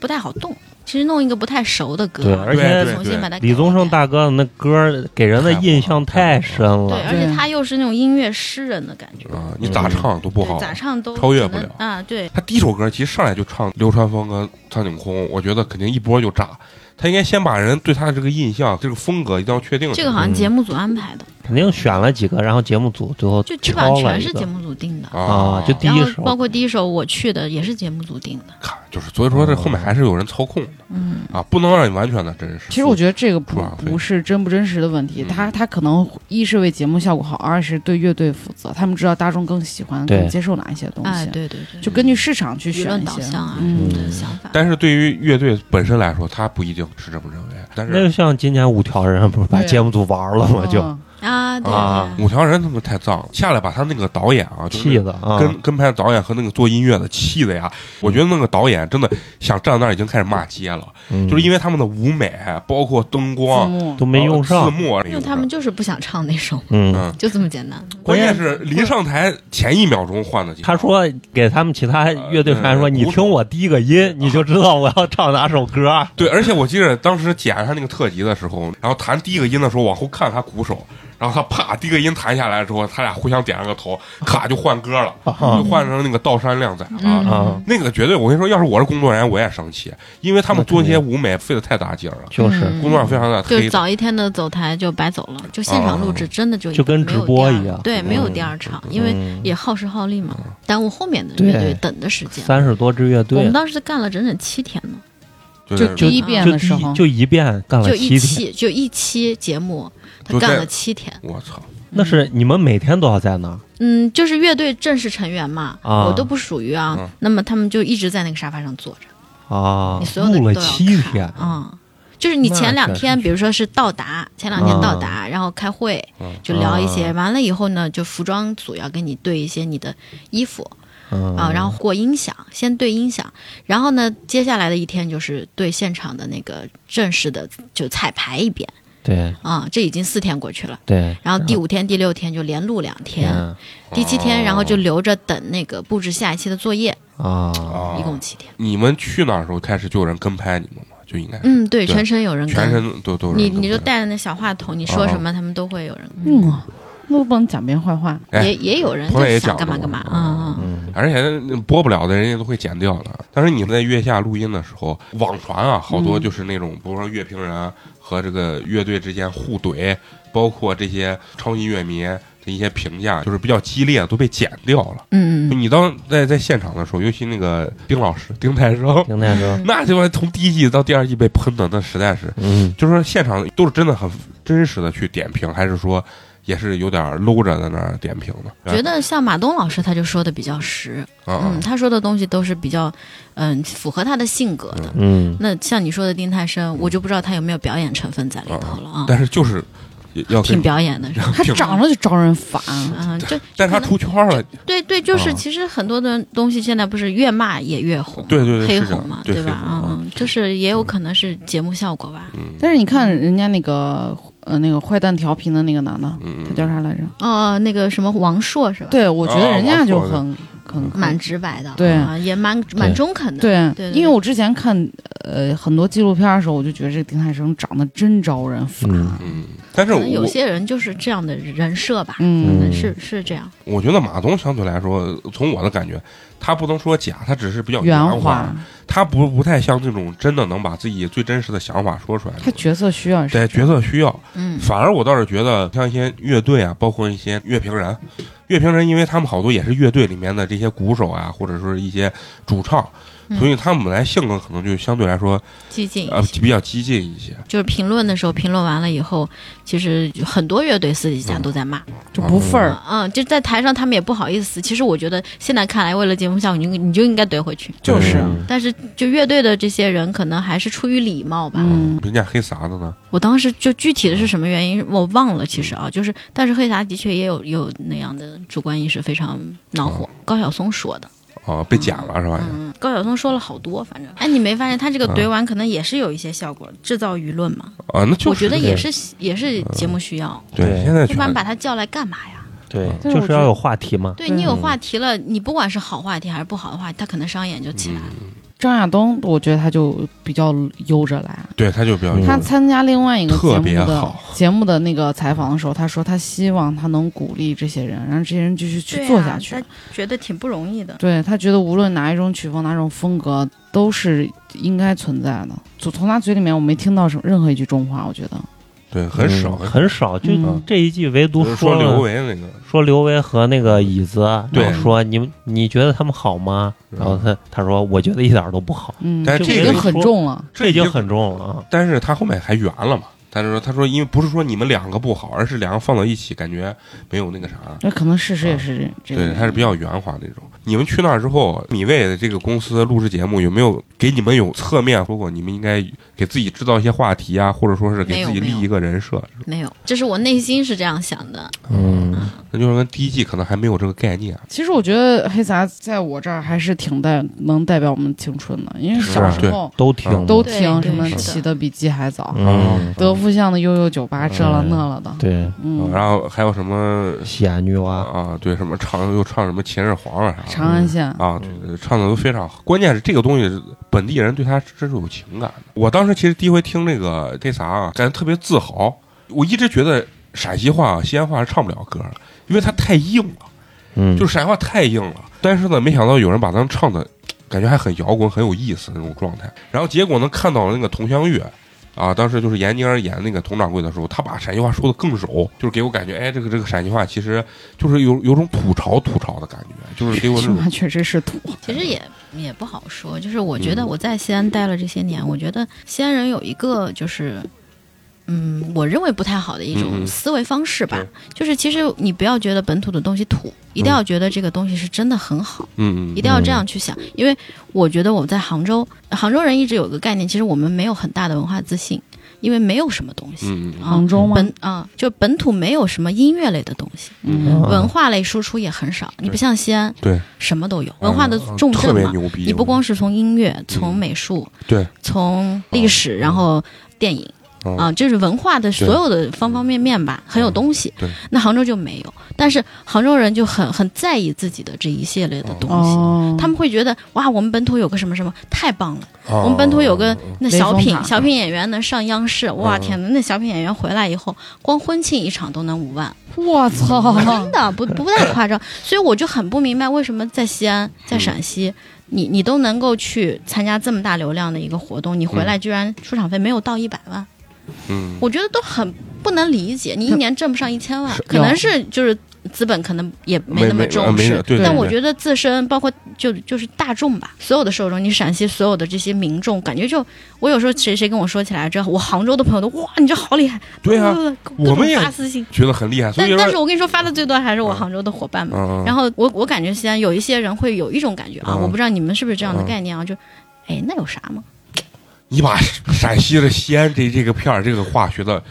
S5: 不太好动，其实弄一个不太熟的歌，
S4: 对而且
S5: 再重新把它
S4: 李宗盛大哥的那歌儿给人的印象太深
S5: 对，
S4: 了，
S5: 而且他又是那种音乐诗人的感觉，
S4: 嗯
S1: 啊，你咋唱都不好
S5: 对，咋唱都
S1: 超越不
S5: 可能
S1: 了
S5: 啊。对，
S1: 他第一首歌其实上来就唱流川枫跟苍井空，我觉得肯定一波就炸。他应该先把人对他的这个印象、这个风格一定要确定。
S5: 这个好
S4: 嗯
S5: 像节目组安排的，
S4: 肯定选了几个，然后节目组最后
S5: 就基本上
S4: 挑了
S5: 全
S4: 一
S5: 是
S4: 个
S5: 节目组定的。
S1: 啊
S4: 啊，，就第
S5: 然
S4: 一
S5: 后
S4: 首
S5: 包括第一首我去的也是节目组定的，
S1: 看就是，所以说这后面还是有人操控的
S5: 嗯，
S1: 啊，不能让你完全的真实。
S2: 其实我觉得这个不
S1: 是吧
S2: 不是真不真实的问题，
S1: 嗯
S2: 他他可能一是为节目效果好，二是对乐队负责，他们知道大众更喜欢、
S4: 对
S2: 更接受哪一些东
S5: 哎，
S2: 西，
S5: 对对对，
S2: 就根据市场去
S5: 舆
S2: 选
S5: 论
S2: 一
S5: 导
S2: 些。
S5: 向啊，
S2: 嗯
S5: 这个想法。
S1: 但是对于乐队本身来说，他不一定是这么认为。但
S4: 那就是像今年五条人不是把
S2: 对
S4: 节目组玩了吗？就
S2: 嗯
S5: 啊，对
S4: 啊
S5: 对
S1: 五条人他们太脏了，下来把他那个导演啊，嗯就是
S4: 气的啊，
S1: 跟跟拍导演和那个做音乐的气的呀，我觉得那个导演真的想站那儿已经开始骂街了，就是因
S4: 为
S1: 为他们的舞美，包括灯
S2: 字
S1: 光、
S2: 幕
S4: 嗯都嗯没用
S1: 啊
S4: 上
S1: 字，幕啊，
S5: 因为他们就是不想唱那首，
S4: 嗯，
S1: 嗯，
S5: 就这么简单。
S1: 关键是临上台前一秒钟换的节目
S4: 他说给他们其他乐队成员说，
S1: 呃
S4: 你听我第一个音，你
S1: 啊
S4: 就知道我要唱哪首歌。
S1: 对，而且我记得当时剪他那个特辑的时候，然后弹第一个音的时候，往后看他鼓手，然后他啪第一个音弹下来之后，他俩互相点了个头，咔就换歌了，就换成那个道山靓仔啊。
S5: 嗯
S4: 啊，
S1: 那个绝对，我跟你说，要是我是工作人员，我也生气，因为他们做那些舞美费的太大劲儿了，
S4: 就是
S5: 嗯
S1: 工作量非常的
S5: 就
S1: 黑
S5: 是
S1: 的。
S5: 早一天的走台就白走了，就现场录制真的就
S4: 哦就跟直播一样
S5: 对，
S4: 嗯
S5: 没有第二场，因为也耗时耗力嘛，耽误后面的乐队等的时间。
S4: 三十多支乐
S5: 我
S4: 队啊
S5: 们，当时干了整整七天呢，
S1: 就是
S2: 就第一遍
S4: 就
S2: 的时
S4: 一
S2: 候，
S4: 就一遍干
S5: 就
S4: 了
S5: 一
S4: 七天，
S5: 期就一期节目，他
S1: 就在
S5: 干了七天。
S1: 我操，
S4: 那是你们每天都要在那儿
S5: 嗯，就是乐队正式成员嘛，
S4: 啊
S5: 我都不属于啊。
S1: 嗯
S5: 那么他们就一直在那个沙发上坐着，
S4: 啊
S5: 你，所有的
S4: 录了
S5: 人都要
S4: 七
S5: 看
S4: 天，
S5: 啊、就是你前两天，比如说是到达，前两天到达，然后开会
S1: 嗯，
S5: 就聊一些，
S4: 啊
S5: 完了以后呢，就服装组要跟你对一些你的衣服啊，
S4: 啊
S5: 然后过音响，先对音响，然后呢，接下来的一天就是对现场的那个正式的就彩排一遍
S4: 对
S5: 啊，这已经四天过去了。
S4: 对，
S5: 然后第五天、第六天就连录两天，
S4: 嗯
S5: 第七天，然后就留着等那个布置下一期的作业，
S4: 啊，
S1: 啊
S5: 一！共七天。
S1: 你们去那儿的时候开始就有人跟拍你们嘛，就应该是
S5: 嗯，对，
S1: 对
S5: 全程有人跟，
S1: 全身都都哦有人
S5: 你
S1: 跟
S5: 你就
S1: 拍
S5: 带着那小话筒，你说什么他们都会有人跟，
S2: 嗯，那都不能讲别人坏话。
S1: 哎
S5: 也也有人
S1: 朋友也
S5: 就
S1: 讲
S5: 想
S1: 过
S5: 干嘛干嘛啊。嗯
S4: 嗯
S1: 而且那播不了的人家都会剪掉的。但是你们在月下录音的时候，网传啊，好
S5: 嗯
S1: 多就是那种，比如说乐评人和这个乐队之间互怼，包括这些超级乐迷的一些评价，就是比较激烈，都被剪掉了。
S5: 嗯
S1: 就你当在在现场的时候，尤其那个丁老师丁太生，
S4: 听那歌，
S1: 那他妈从第一季到第二季被喷的，那实在是，
S4: 嗯，
S1: 就是说现场都是真的很真实的去点评，还是说也是有点搂着在那儿点评的？
S5: 嗯，觉得像马东老师他就说的比较实，
S1: 啊啊
S5: 嗯，他说的东西都是比较，嗯，符合他的性格的。
S4: 嗯，
S5: 那像你说的丁太升，我就不知道他有没有表演成分在里头了啊，
S1: 哦但是就是也要跟
S5: 挺表演的。
S2: 他
S1: 挺
S2: 长得就招人烦，
S5: 嗯，就
S1: 但是他出圈了，
S5: 对对，就是
S1: 啊
S5: 其实很多的东西现在不是越骂也越红，
S1: 对对对
S5: 黑
S1: 是这样
S5: 红嘛，
S1: 对
S5: 吧
S1: 黑红？啊
S5: 嗯，就是也有可能是节目效果吧。
S1: 嗯，
S2: 但是你看人家那个呃那个坏蛋调皮的那个男的，
S1: 嗯
S2: 他叫啥来着？
S5: 哦，那个什么王硕是吧？，
S2: 对，我觉
S1: 啊
S2: 得人家
S1: 王
S2: 就
S1: 朔的
S2: 很很
S5: 蛮直白的，
S2: 对
S5: 啊，也蛮蛮中肯的。，
S2: 对
S5: 对对
S2: 因为我之前看呃很多纪录片的时候，我就觉得这个丁太升长得真招人烦。
S4: 嗯
S1: 嗯，但是
S5: 可能有
S1: 我
S5: 些人就是这样的人设吧，
S2: 嗯
S4: 嗯
S5: 是是这样。
S1: 我觉得马东相对来说，从我的感觉，他不能说假，他只是比较
S2: 圆
S1: 嗯滑，，他不不太像那种真的能把自己最真实的想法说出来的
S2: 他
S1: 人。
S2: 角色需要是
S1: 对角色需要，
S5: 嗯，
S1: 反而我倒是觉得像一些乐队啊，包括一些乐评人，乐评人，因为他们好多也是乐队里面的这些鼓手啊，或者说是一些主唱，
S5: 嗯
S1: 所以他们来性格可能就相对来说
S5: 激进一
S2: 啊
S1: 呃
S5: 些。
S1: 比较激进一些，
S5: 就是评论的时候，评论完了以后，其实很多乐队私底下都在骂，
S2: 就不忿儿，
S5: 嗯，就在台上他们也不好意思。其实我觉得现在看来，为了节目效果，你就你就应该怼回去。
S2: 就是
S4: 嗯
S5: 但是啊就乐队的这些人，可能还是出于礼貌吧。
S2: 嗯，
S1: 人家黑啥的呢？
S5: 我当时就具体的是什么原因，我忘了。其实啊，就是，但是黑侠的确也有有那样的主观意识非常恼
S2: 哦
S5: 火。高晓松说的，
S1: 啊，被剪了是吧？
S5: 嗯，高晓松说了好多，反正，哎，你没发现他这个
S1: 嗯
S5: 怼完可能也是有一些效果，制造舆论嘛？
S1: 啊，那就
S5: 我觉得
S1: 这
S5: 也
S1: 样嗯
S5: 是也是节目需要，
S1: 对，
S4: 对
S1: 现在
S5: 要不然
S1: 全
S5: 把他叫来干嘛呀？
S4: 对，
S2: 对
S4: 就
S2: 我
S4: 是
S2: 觉
S4: 要
S2: 得
S4: 有话题嘛。
S5: 对
S2: 对
S5: 你有
S1: 嗯
S5: 话题了，你不管是好话题还是不好的话题，他可能商演就起来
S1: 嗯
S5: 了。
S2: 张亚东，我觉得他就比较悠着来。
S1: 对他就比较
S4: 嗯
S2: 他参加另外一个节
S1: 特别
S2: 目的
S1: 好
S2: 节目的那个采访的时候，他说他希望他能鼓励这些人，让这些人继续去
S5: 对
S2: 做
S5: 啊
S2: 下去。
S5: 他觉得挺不容易的。
S2: 对他觉得无论哪一种曲风、哪种风格都是应该存在的。从从他嘴里面我没听到什么任何一句重话，我觉得
S1: 对很少
S4: 嗯很少。就
S2: 嗯
S4: 这一季，唯独
S1: 比如说刘
S4: 了
S1: 维那个，
S4: 说刘维和那个椅子，啊
S1: 对
S4: 然后说你们你觉得他们好吗？
S1: 嗯
S4: 然后他他说我觉得一点儿都不好，
S2: 嗯，
S1: 但
S2: 这
S1: 这
S2: 已
S1: 个
S2: 经很重了。
S1: 这
S4: 这已
S1: 已
S4: 经
S1: 经
S4: 很重了啊。
S1: 但是他后面还圆了嘛。他就说：“他说，因为不是说你们两个不好，而是两个放到一起，感觉没有那个啥。
S2: 那可能事实也是这个原
S1: 啊对，
S2: 因，
S1: 他是比较圆滑那种。你们去那儿之后，米未的这个公司录制节目有没有给你们有侧面说过，你们应该给自己制造一些话题啊，或者说是
S5: 没
S1: 给
S5: 有
S1: 自己
S5: 没
S1: 立
S5: 有
S1: 一个人设？
S5: 没有，这是我内心是这样想的。
S4: 嗯，
S1: 那就是跟第一季可能还没有这个概念。啊
S2: 其实我觉得黑撒在我这儿还是挺代能代表我们青春的，因为
S1: 是啊
S2: 小时
S1: 对嗯
S2: 候
S4: 都挺
S2: 都
S5: 对
S2: 听
S5: 对
S2: 什么
S5: 是的
S2: 起得比鸡还早，
S4: 嗯，
S2: 德芙巷的悠悠酒吧这了
S4: 嗯
S2: 那了的，
S4: 对，
S2: 嗯，
S1: 啊然后还有什么
S4: 喜爱女娲，
S1: 啊？对，什么唱又唱什么秦始皇啊啥
S2: 长安县，
S1: 啊，对唱的都非常好。关键是这个东西，本地人对他真是有情感的。我当时其实第一回听这个这啥啊，感觉特别自豪。我一直觉得陕西话、啊西安话是唱不了歌的，因为它太硬了。
S4: 嗯，
S1: 就是是陕西话太硬了。但是呢，没想到有人把咱们唱的，感觉还很摇滚，很有意思那种状态。然后结果呢，看到了那个《佟湘玉》，啊，当时就是闫妮儿演那个佟掌柜的时候，她把陕西话说的更柔，就是给我感觉，哎，这个这个陕西话其实就是有有种吐槽吐槽的感觉，就是给我那
S2: 这
S1: 种
S2: 话确实是土，
S5: 其实也也不好说，就是我觉得
S1: 嗯
S5: 我在西安待了这些年，我觉得西安人有一个就是，嗯，我认为不太好的一
S1: 嗯
S5: 种
S1: 嗯
S5: 思维方式吧，就是其实你不要觉得本土的东西土，一定要觉得这个东西是真的很好，
S1: 嗯
S5: 一定要这样去想，因为我觉得我在杭州，杭州人一直有个概念，其实我们没有很大的文化自信，因为没有什么东西。
S1: 嗯嗯
S5: 啊
S2: 杭州吗？
S5: 本啊、就本土没有什么音乐类的东西，
S1: 嗯
S2: 嗯，
S5: 文化类输出也很少。你不像西安，
S1: 对，
S5: 什么都有，文化的
S1: 嗯
S5: 重
S1: 特
S5: 镇
S1: 别
S5: 嘛。
S1: 牛逼，
S5: 你不光是从音乐，从
S1: 嗯
S5: 美术，
S1: 对，
S5: 从历史，然后电影
S1: 嗯
S5: 啊，这是文化的所有的方方面面吧，很有东西
S1: 对。
S5: 那杭州就没有，但是杭州人就很很在意自己的这一系列的
S1: 嗯
S5: 东西。
S2: 哦，
S5: 他们会觉得哇，我们本土有个什么什么太棒了！
S1: 我
S5: 我们本土有个那小
S2: 雷
S5: 品
S2: 峰塔
S5: 小品演员能上央视，哇
S1: 嗯
S5: 天哪！那小品演员回来以后，光婚庆一场都能五万，
S2: 我操，
S1: 嗯啊
S5: 真的不不太夸张，所以我就很不明白为什么在西安，
S1: 嗯
S5: 在陕西，你你都能够去参加这么大流量的一个活动，你回来居然出场费没有到一百万，
S1: 嗯
S5: 我觉得都很不能理解。你一年挣不上一千万
S1: 是，
S5: 可能是就是资本可能也没那么
S1: 呃
S5: 重
S1: 没
S5: 视。
S1: 对，
S5: 但
S1: 对
S5: 我
S1: 对
S5: 觉得自身，包括就就是大众吧，所有的受众，你陕西所有的这些民众，感觉就我有时候谁谁跟我说起来之后，我杭州的朋友都哇，你这好厉害，
S1: 对啊，
S5: 各
S1: 我们
S5: 种
S1: 也
S5: 发私信，
S1: 觉得很厉害，所
S5: 但
S1: 以
S5: 但是
S1: 说，
S5: 我跟你说，发的最多还是我
S1: 嗯
S5: 杭州的伙伴们。
S1: 嗯，
S5: 然
S1: 后
S5: 后我我感觉西安有一些人会有一种感觉啊，
S1: 嗯
S5: 我不知道你们是不是这样的
S1: 嗯
S5: 概念啊，就，哎，那有啥嘛？
S1: 你把陕西的西安这这个片儿这个话学的，啊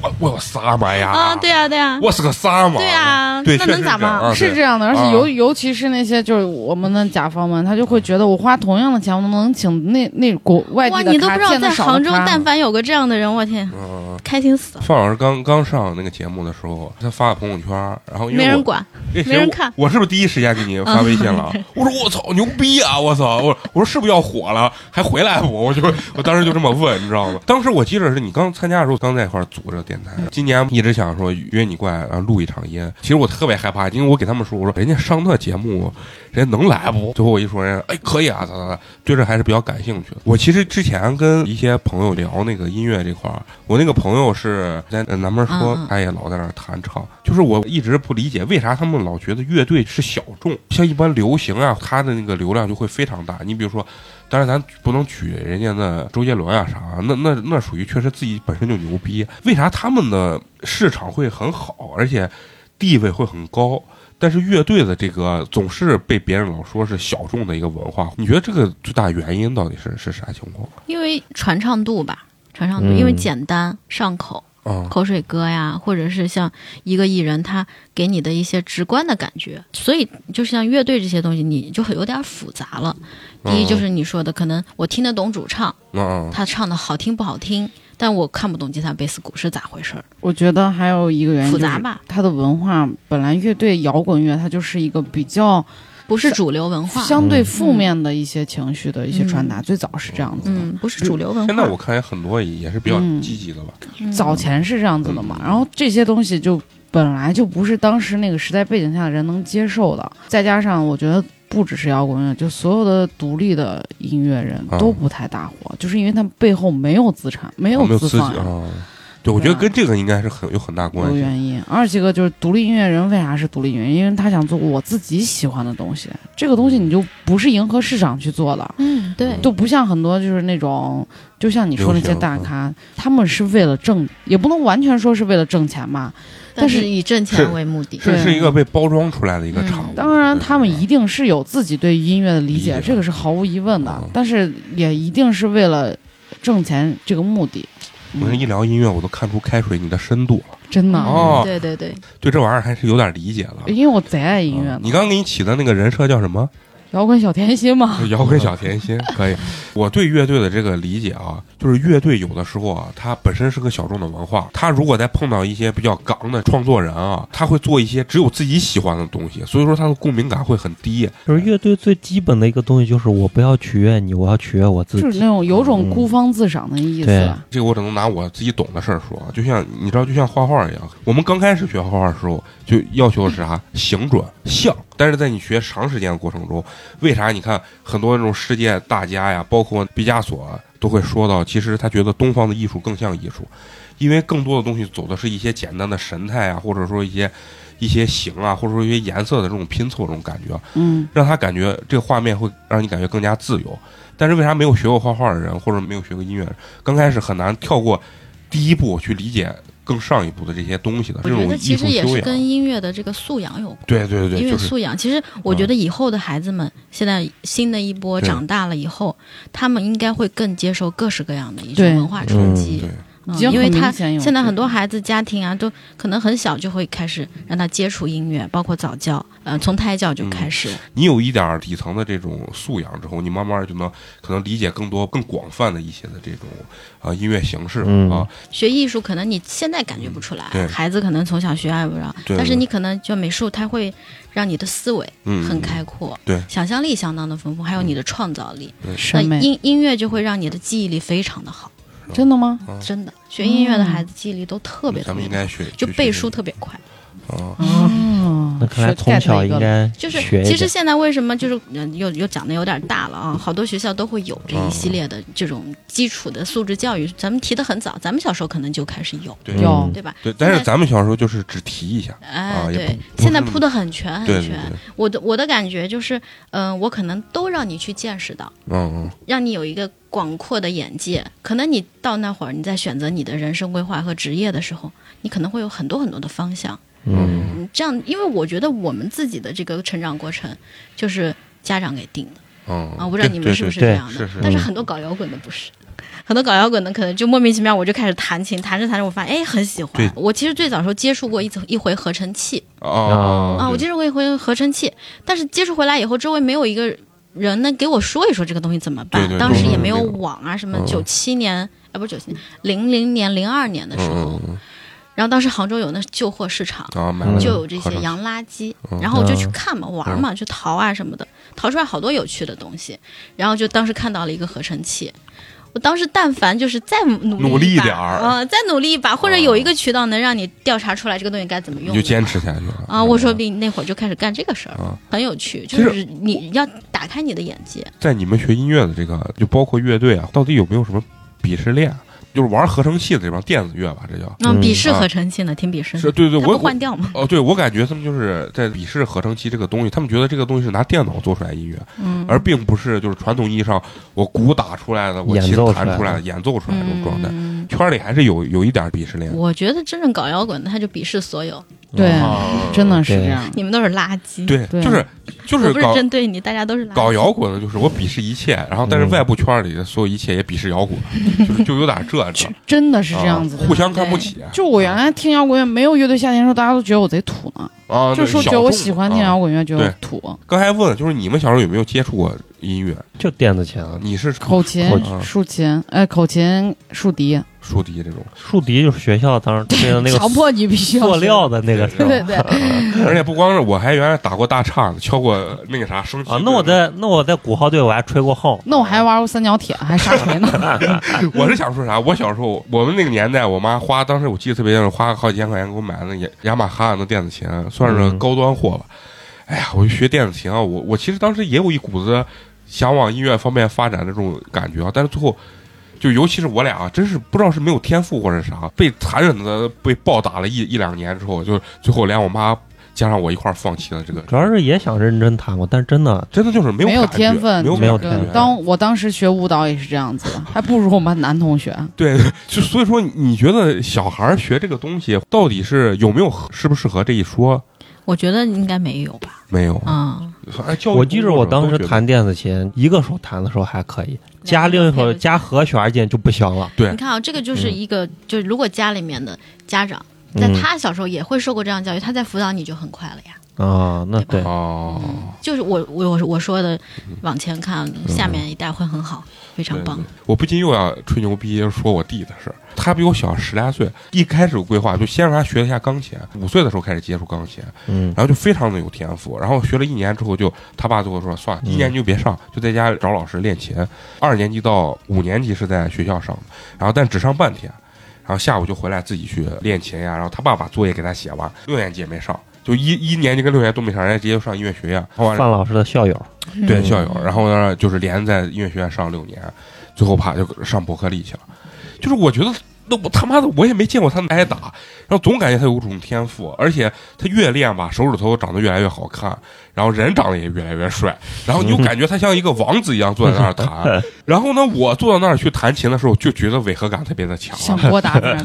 S1: 我我有啥嘛呀？
S5: 啊，对啊，对啊，
S1: 我是个傻嘛？
S5: 对啊
S1: 对，
S5: 那
S1: 确实
S5: 能
S1: 是
S5: 咋
S1: 这样
S5: 嘛
S1: 啊
S2: 是
S1: 对
S2: 这样的，而且
S1: 啊
S2: 尤尤其是那些就是我们的甲方们，他就会觉得我花同样的钱，我能请那那国外
S5: 哇，
S2: 地的
S5: 你都不
S2: 咖
S5: 知道
S2: 见
S5: 在
S2: 得啊少的
S5: 杭州，
S2: 咖
S5: 但凡有个这样的人，我天，
S1: 嗯，
S5: 开心死了，
S1: 范老师刚刚上那个节目的时候，他发了朋友圈，然后因为
S5: 没
S1: 我
S5: 人，管，
S1: 那谁
S5: 没人
S1: 我
S5: 看啊
S1: 我是不是第一时间给你发微信了？ 我说我操，牛逼啊！我操，我我说是不是要火了？还回来不？我就我当时就这么问，你知道吗？当时我记得是你刚参加的时候，刚在一块儿组这个电台，
S5: 嗯
S1: 今年一直想说约你过来，然后录一场音。其实我特别害怕，因为我给他们说，我说人家上那节目，人家能来不？最后我一说，人家哎可以啊，咋咋咋，对这还是比较感兴趣的。我其实之前跟一些朋友聊那个音乐这块儿，我那个朋友友是在呃南门说
S5: 嗯嗯，
S1: 他也老在那儿弹唱。就是我一直不理解，为啥他们老觉得乐队是小众，像一般流行啊，它的那个流量就会非常大。你比如说，当然咱不能举人家那周杰伦啊啥，那那那属于确实自己本身就牛逼。为啥他们的市场会很好，而且地位会很高？但是乐队的这个总是被别人老说是小众的一个文化，你觉得这个最大原因到底是是啥情况？
S5: 因为传唱度吧，传唱度，
S4: 嗯
S5: 因为简单上口，
S1: 啊、
S5: 口水歌呀，或者是像一个艺人他给你的一些直观的感觉，所以就像乐队这些东西，你就有点复杂了。第一就是你说的，可能我听得懂主唱，
S1: 嗯，嗯
S5: 他唱的好听不好听，但我看不懂吉他、贝斯、鼓是咋回事儿，
S2: 我觉得还有一个原因
S5: 复
S2: 就是
S5: 杂吧，
S2: 它的文化本来乐队摇滚乐它就是一个比较
S5: 不是主流文化。
S2: 相对负面的一些情绪的一些传达，最早是这样子的。
S5: 嗯，不是主流文化。
S1: 现在我看也很多也是比较
S2: 嗯
S1: 积极的吧，
S5: 嗯
S2: 早前是这样子的嘛，
S1: 嗯
S2: 然后这些东西就本来就不是当时那个时代背景下人能接受的，再加上我觉得不只是摇滚乐，就所有的独立的音乐人
S1: 啊
S2: 都不太大火，就是因为他们背后没有资产，没
S1: 没有
S2: 资
S1: 刺激
S2: 方呀、
S1: 啊。对，我觉得
S2: 对啊
S1: 跟这个应该是很有很大关
S2: 有
S1: 系。
S2: 原因。二几个就是独立音乐人为啥是独立音乐人？因为他想做我自己喜欢的东西，这个东西你就不是迎合市场去做的。
S5: 嗯，对，
S2: 都不像很多就是那种，就像你说那
S1: 流
S2: 些
S1: 行嗯
S2: 大咖，他们是为了挣，也不能完全说是为了挣钱嘛。但
S5: 但
S2: 是
S5: 是以挣钱为目的。
S1: 是
S2: 对啊
S1: 是一个被包装出来的一个
S5: 嗯
S1: 产物。
S2: 当然，
S1: 对
S2: 他们一定是有自己对音乐的理
S1: 理
S2: 解，
S1: 解
S2: 这个是毫无疑问的
S1: 嗯。
S2: 但是也一定是为了挣钱这个目的，嗯
S1: 我跟一聊音乐，我都看出开水你的深度了，
S2: 真的，嗯
S1: 哦
S5: 嗯对对对，
S1: 对这玩意儿还是有点理解了。
S2: 因为我贼爱音乐
S1: 啊
S2: 呢
S1: 你刚给你起的那个人设叫什么？
S2: 摇滚小甜心嘛，
S1: 就摇滚小甜心可以。我对乐队的这个理解啊，就是乐队有的时候啊，它本身是个小众的文化，它如果再碰到一些比较港的创作人啊，他会做一些只有自己喜欢的东西，所以说他的共鸣感会很低。
S4: 就是乐队最基本的一个东西，就是我不要取悦你，我要取悦我自
S2: 就是那
S4: 己。
S2: 种
S1: 嗯
S2: 有种孤芳自赏的意
S4: 对
S2: 思。啊
S1: 这个我只能拿我自己懂的事儿说，就像你知道，就像画画一样，我们刚开始学画画的时候就要求是啥形准像，但是在你学长时间的过程中，为啥你看很多那种世界大家呀，包括毕加索啊都会说到，其实他觉得东方的艺术更像艺术，因为更多的东西走的是一些简单的神态啊，或者说一些一些形啊，或者说一些颜色的这种拼凑这种感觉啊，
S2: 嗯，
S1: 让他感觉这个画面会让你感觉更加自由。但是为啥没有学过画画的人，或者没有学过音乐的人，刚开始很难跳过第一步去理解更上一步的这些东西的
S5: 我
S1: 这
S5: 觉
S1: 种
S5: 得
S1: 艺
S5: 其
S1: 术
S5: 实也
S1: 修
S5: 是
S1: 养？
S5: 跟音乐的这个素养有关。
S1: 对对对，
S5: 音
S1: 就
S5: 乐
S1: 是嗯
S5: 素养，其实我觉得以后的孩子们，现在新的一波
S1: 对
S5: 长大了以后，他们应该会更接受各式各样的一种
S2: 对
S5: 文化冲击
S1: 对，，
S5: 嗯
S2: 已经
S5: 因为
S2: 很
S5: 他
S2: 明显有
S5: 现在
S2: 这
S5: 很多
S2: 种
S5: 孩子家庭啊，都可能很小就会开始让他接触音乐，包括早教，呃，从胎教就
S1: 嗯
S5: 开始，
S1: 你有一点儿底层的这种素养之后，你慢慢就能可能理解更多、更广泛的一些的这种啊、音乐形式、
S4: 嗯
S1: 啊。
S5: 学艺术可能你现在感觉不出来
S1: 嗯
S5: 啊
S1: 对，
S5: 孩子可能从小学爱不着，
S1: 对
S5: 但是
S1: 对
S5: 你可能就美术，它会让你的思维
S1: 嗯，
S5: 很开阔，
S1: 对嗯
S5: 想象力相当的丰富，还有你的创造力。
S2: 审
S5: 那
S2: 美，
S5: 音音乐就会让你的记忆力非常的好。
S2: 真的吗？
S1: 嗯
S5: 真的，学音乐的孩子记忆力都特别特
S1: 咱们
S5: 别
S1: 应
S5: 好，
S1: 该学
S5: 就背书
S1: 啊
S5: 特别快。。
S1: 哦
S2: 哦
S4: 那看来
S2: 学
S4: 从
S2: get
S4: 小
S2: 了一
S4: 应
S2: 个
S4: 该
S5: 就是
S4: 学一
S5: 其实
S4: 点。
S5: 现在为什么就是嗯又又讲的有点大了啊，好多学校都会有这一
S1: 哦
S5: 系列的这种基础的素质教育，咱们提的很早，咱们小时候可能就开始有，
S1: 对
S2: 有
S4: 嗯
S5: 对吧？
S1: 对，但
S5: 现
S1: 是
S5: 在
S1: 咱们小时候就是只提一下，
S5: 哎
S1: 啊，也
S5: 对，
S1: 不
S5: 现在
S1: 不是
S5: 铺的很全很
S1: 对对
S5: 全
S1: 对。，
S5: 我的我的感觉就是，嗯、我可能都让你去见识到，
S1: 嗯
S5: 让你有一个广阔的眼界。可能你到那会儿，你在选择你的人生规划和职业的时候，你可能会有很多很多的方向。
S4: 嗯，
S5: 嗯，这样，因为我觉得我们自己的这个成长过程就是家长给定的
S1: 嗯
S5: 啊，我不知道你们是不是这样的，
S1: 对对是是嗯
S5: 但是很多搞摇滚的不是。很多搞摇滚的可能就莫名其妙，我就开始弹琴，弹着弹着我发现，哎，很喜
S1: 对嗯
S5: 欢。我其实最早时候接触过一次一回合成器
S1: 啊
S5: 啊，我接触过一回合成器，但是接触回来以后，周围没有一个人能给我说一说这个东西怎么办。
S1: 对对
S5: 当时也没有
S1: 对对对
S5: 网啊，什么
S1: 嗯
S5: 九七年，啊不是九七年，零零年、零二
S1: 嗯
S5: 年的时候，然后当时杭州有那旧货市场，
S1: 啊，买了
S5: 就有这
S1: 合
S5: 些
S1: 成
S5: 洋垃圾
S1: 嗯，
S5: 然后我就去看嘛，玩嘛，去淘啊什么的，淘出来好多有趣的东西。然后就当时看到了一个合成器，我当时但凡就是再努
S1: 努力
S5: 力
S1: 一
S5: 一把
S1: 点儿嗯
S5: 啊，再努力一把，或者有一个渠道能让你调查出来这个东西该怎么
S1: 你
S5: 用，
S1: 就坚持下去了
S5: 啊！我说不定那会儿就开始干这个事儿
S1: 啊，
S5: 很有趣，
S1: 其实
S5: 就是你要打开你的眼界。
S1: 在你们学音乐的这个，就包括乐队啊，到底有没有什么鄙视链？就是玩合成器的这帮电子乐吧，这叫。
S5: 那
S4: 嗯
S5: 鄙视合成器呢？挺鄙视的，
S1: 啊是对对，
S5: 它
S1: 我
S5: 不换调吗？
S1: 哦，对我感觉他们就是在鄙视合成器这个东西，他们觉得这个东西是拿电脑做出来音乐，
S5: 嗯，
S1: 而并不是就是传统意义上我鼓打出来的，我
S4: 演
S1: 琴
S4: 奏
S1: 弹
S4: 出来
S1: 出来
S4: 的
S1: 的，演奏出来的这种状态。
S5: 嗯
S1: 圈里还是有有一点鄙视链。
S5: 我觉得真正搞摇滚的，他就鄙视所有，
S4: 嗯
S2: 对
S1: 啊
S2: 真的是
S4: 对
S2: 这样。
S5: 你们都是垃圾。
S1: 对，
S2: 对
S1: 就是就
S5: 我
S1: 是
S5: 不
S1: 搞
S5: 是针对你，大家都是垃圾。
S1: 搞摇滚的，就是我鄙视一切，然后但是
S4: 嗯
S1: 外部圈里的所有一切也鄙视摇滚，就是就有点这这
S2: 真的 是这样子
S1: 啊
S4: 哦
S2: 的。
S1: 互相看不起。
S2: 就我原来听摇滚乐没有乐队夏天的时候，大家都觉得我贼土呢，
S1: 啊，
S2: 就说
S1: 小
S2: 觉得我
S1: 众
S2: 喜欢听摇
S1: 啊。
S2: 滚乐，觉得我土。
S1: 刚才问就是你们小时候有没有接触过音乐
S4: 就电子琴啊
S1: 啊？你是
S2: 口琴
S4: 口、
S1: 琴
S2: 竖琴，哎，口琴、竖笛，
S1: 竖笛这种，
S4: 竖笛就是学校当时推的那个
S7: 强迫你必须要
S4: 塑
S7: 学
S4: 料的那个是吧
S7: 对对对，
S1: 而且不光是我，还原来打过大唱，敲过那个啥升旗
S4: 啊，那
S1: 乐
S4: 我在那我在鼓号队我还吹过号，
S2: 那我还玩过三角铁，还沙锤呢。
S1: 我是想说啥？我小时候，我们那个年代，我妈花，当时我记得特别清楚，花好几千块钱给我买那雅雅马哈那电子琴，算是
S4: 嗯
S1: 高端货吧。哎呀，我就学电子琴啊，我我其实当时也有一股子想往音乐方面发展的这种感觉啊，但是最后。就尤其是我俩啊，真是不知道是没有天赋或者啥，被残忍的被暴打了一一两年之后，就最后连我妈加上我一块儿放弃了这个。
S4: 主要是也想认真弹过，但是真的
S1: 真的就是没有
S2: 没有
S1: 感觉
S2: 天分
S1: 没有
S4: 没有
S1: 感
S4: 天
S1: 觉
S4: 分
S2: 当我当时学舞蹈也是这样子的，还不如我们班男同学。
S1: 对， 就所以说，你觉得小孩儿学这个东西到底是有没有合适不适合这一说？
S5: 我觉得应该没有吧？
S1: 没有，
S5: 啊，
S1: 哎，教育
S4: 我记着我当
S1: 工
S4: 时
S1: 作者都觉得，
S4: 弹电子琴，一个手弹的时候还可以，加另
S5: 两
S4: 一
S5: 个配
S4: 手
S5: 不
S4: 加和弦键就不行了。
S1: 对嗯
S5: 你看啊，这个就是一个，就是如果家里面的家长，在
S4: 嗯
S5: 他小时候也会受过这样教育，他在辅导你就很快了呀。
S4: 啊，那对，
S1: 哦，嗯
S5: 就是我我我我说的，往前看，下面一代会很好，非常
S1: 对
S5: 棒
S1: 对。我不禁又要吹牛逼，说我弟的事儿。他比我小十来岁，一开始规划就先让他学了一下钢琴，五岁的时候开始接触钢琴，
S4: 嗯
S1: 然后就非常的有天赋。然后学了一年之后就，他爸最后说，算了，
S4: 嗯
S1: 一年级就别上，就在家找老师练琴。二年级到五年级是在学校上的，然后但只上半天，然后下午就回来自己去练琴呀。然后他爸把作业给他写完，六年级也没上。就一一年级跟六年级都没上，人家直接上音乐学院，后来
S4: 范老师的校友，
S1: 对
S4: 嗯
S1: 校友，然后呢就是连在音乐学院上六年，最后啪就上伯克利去了。就是我觉得那我他妈的我也没见过他挨打，然后总感觉他有种天赋，而且他越练吧，手指头长得越来越好看，然后人长得也越来越帅，然后你就感觉他像一个王子一样坐在那儿 弹。然后呢，我坐到那儿去弹琴的时候，就觉得违和感特别的强
S2: 像郭达在那 儿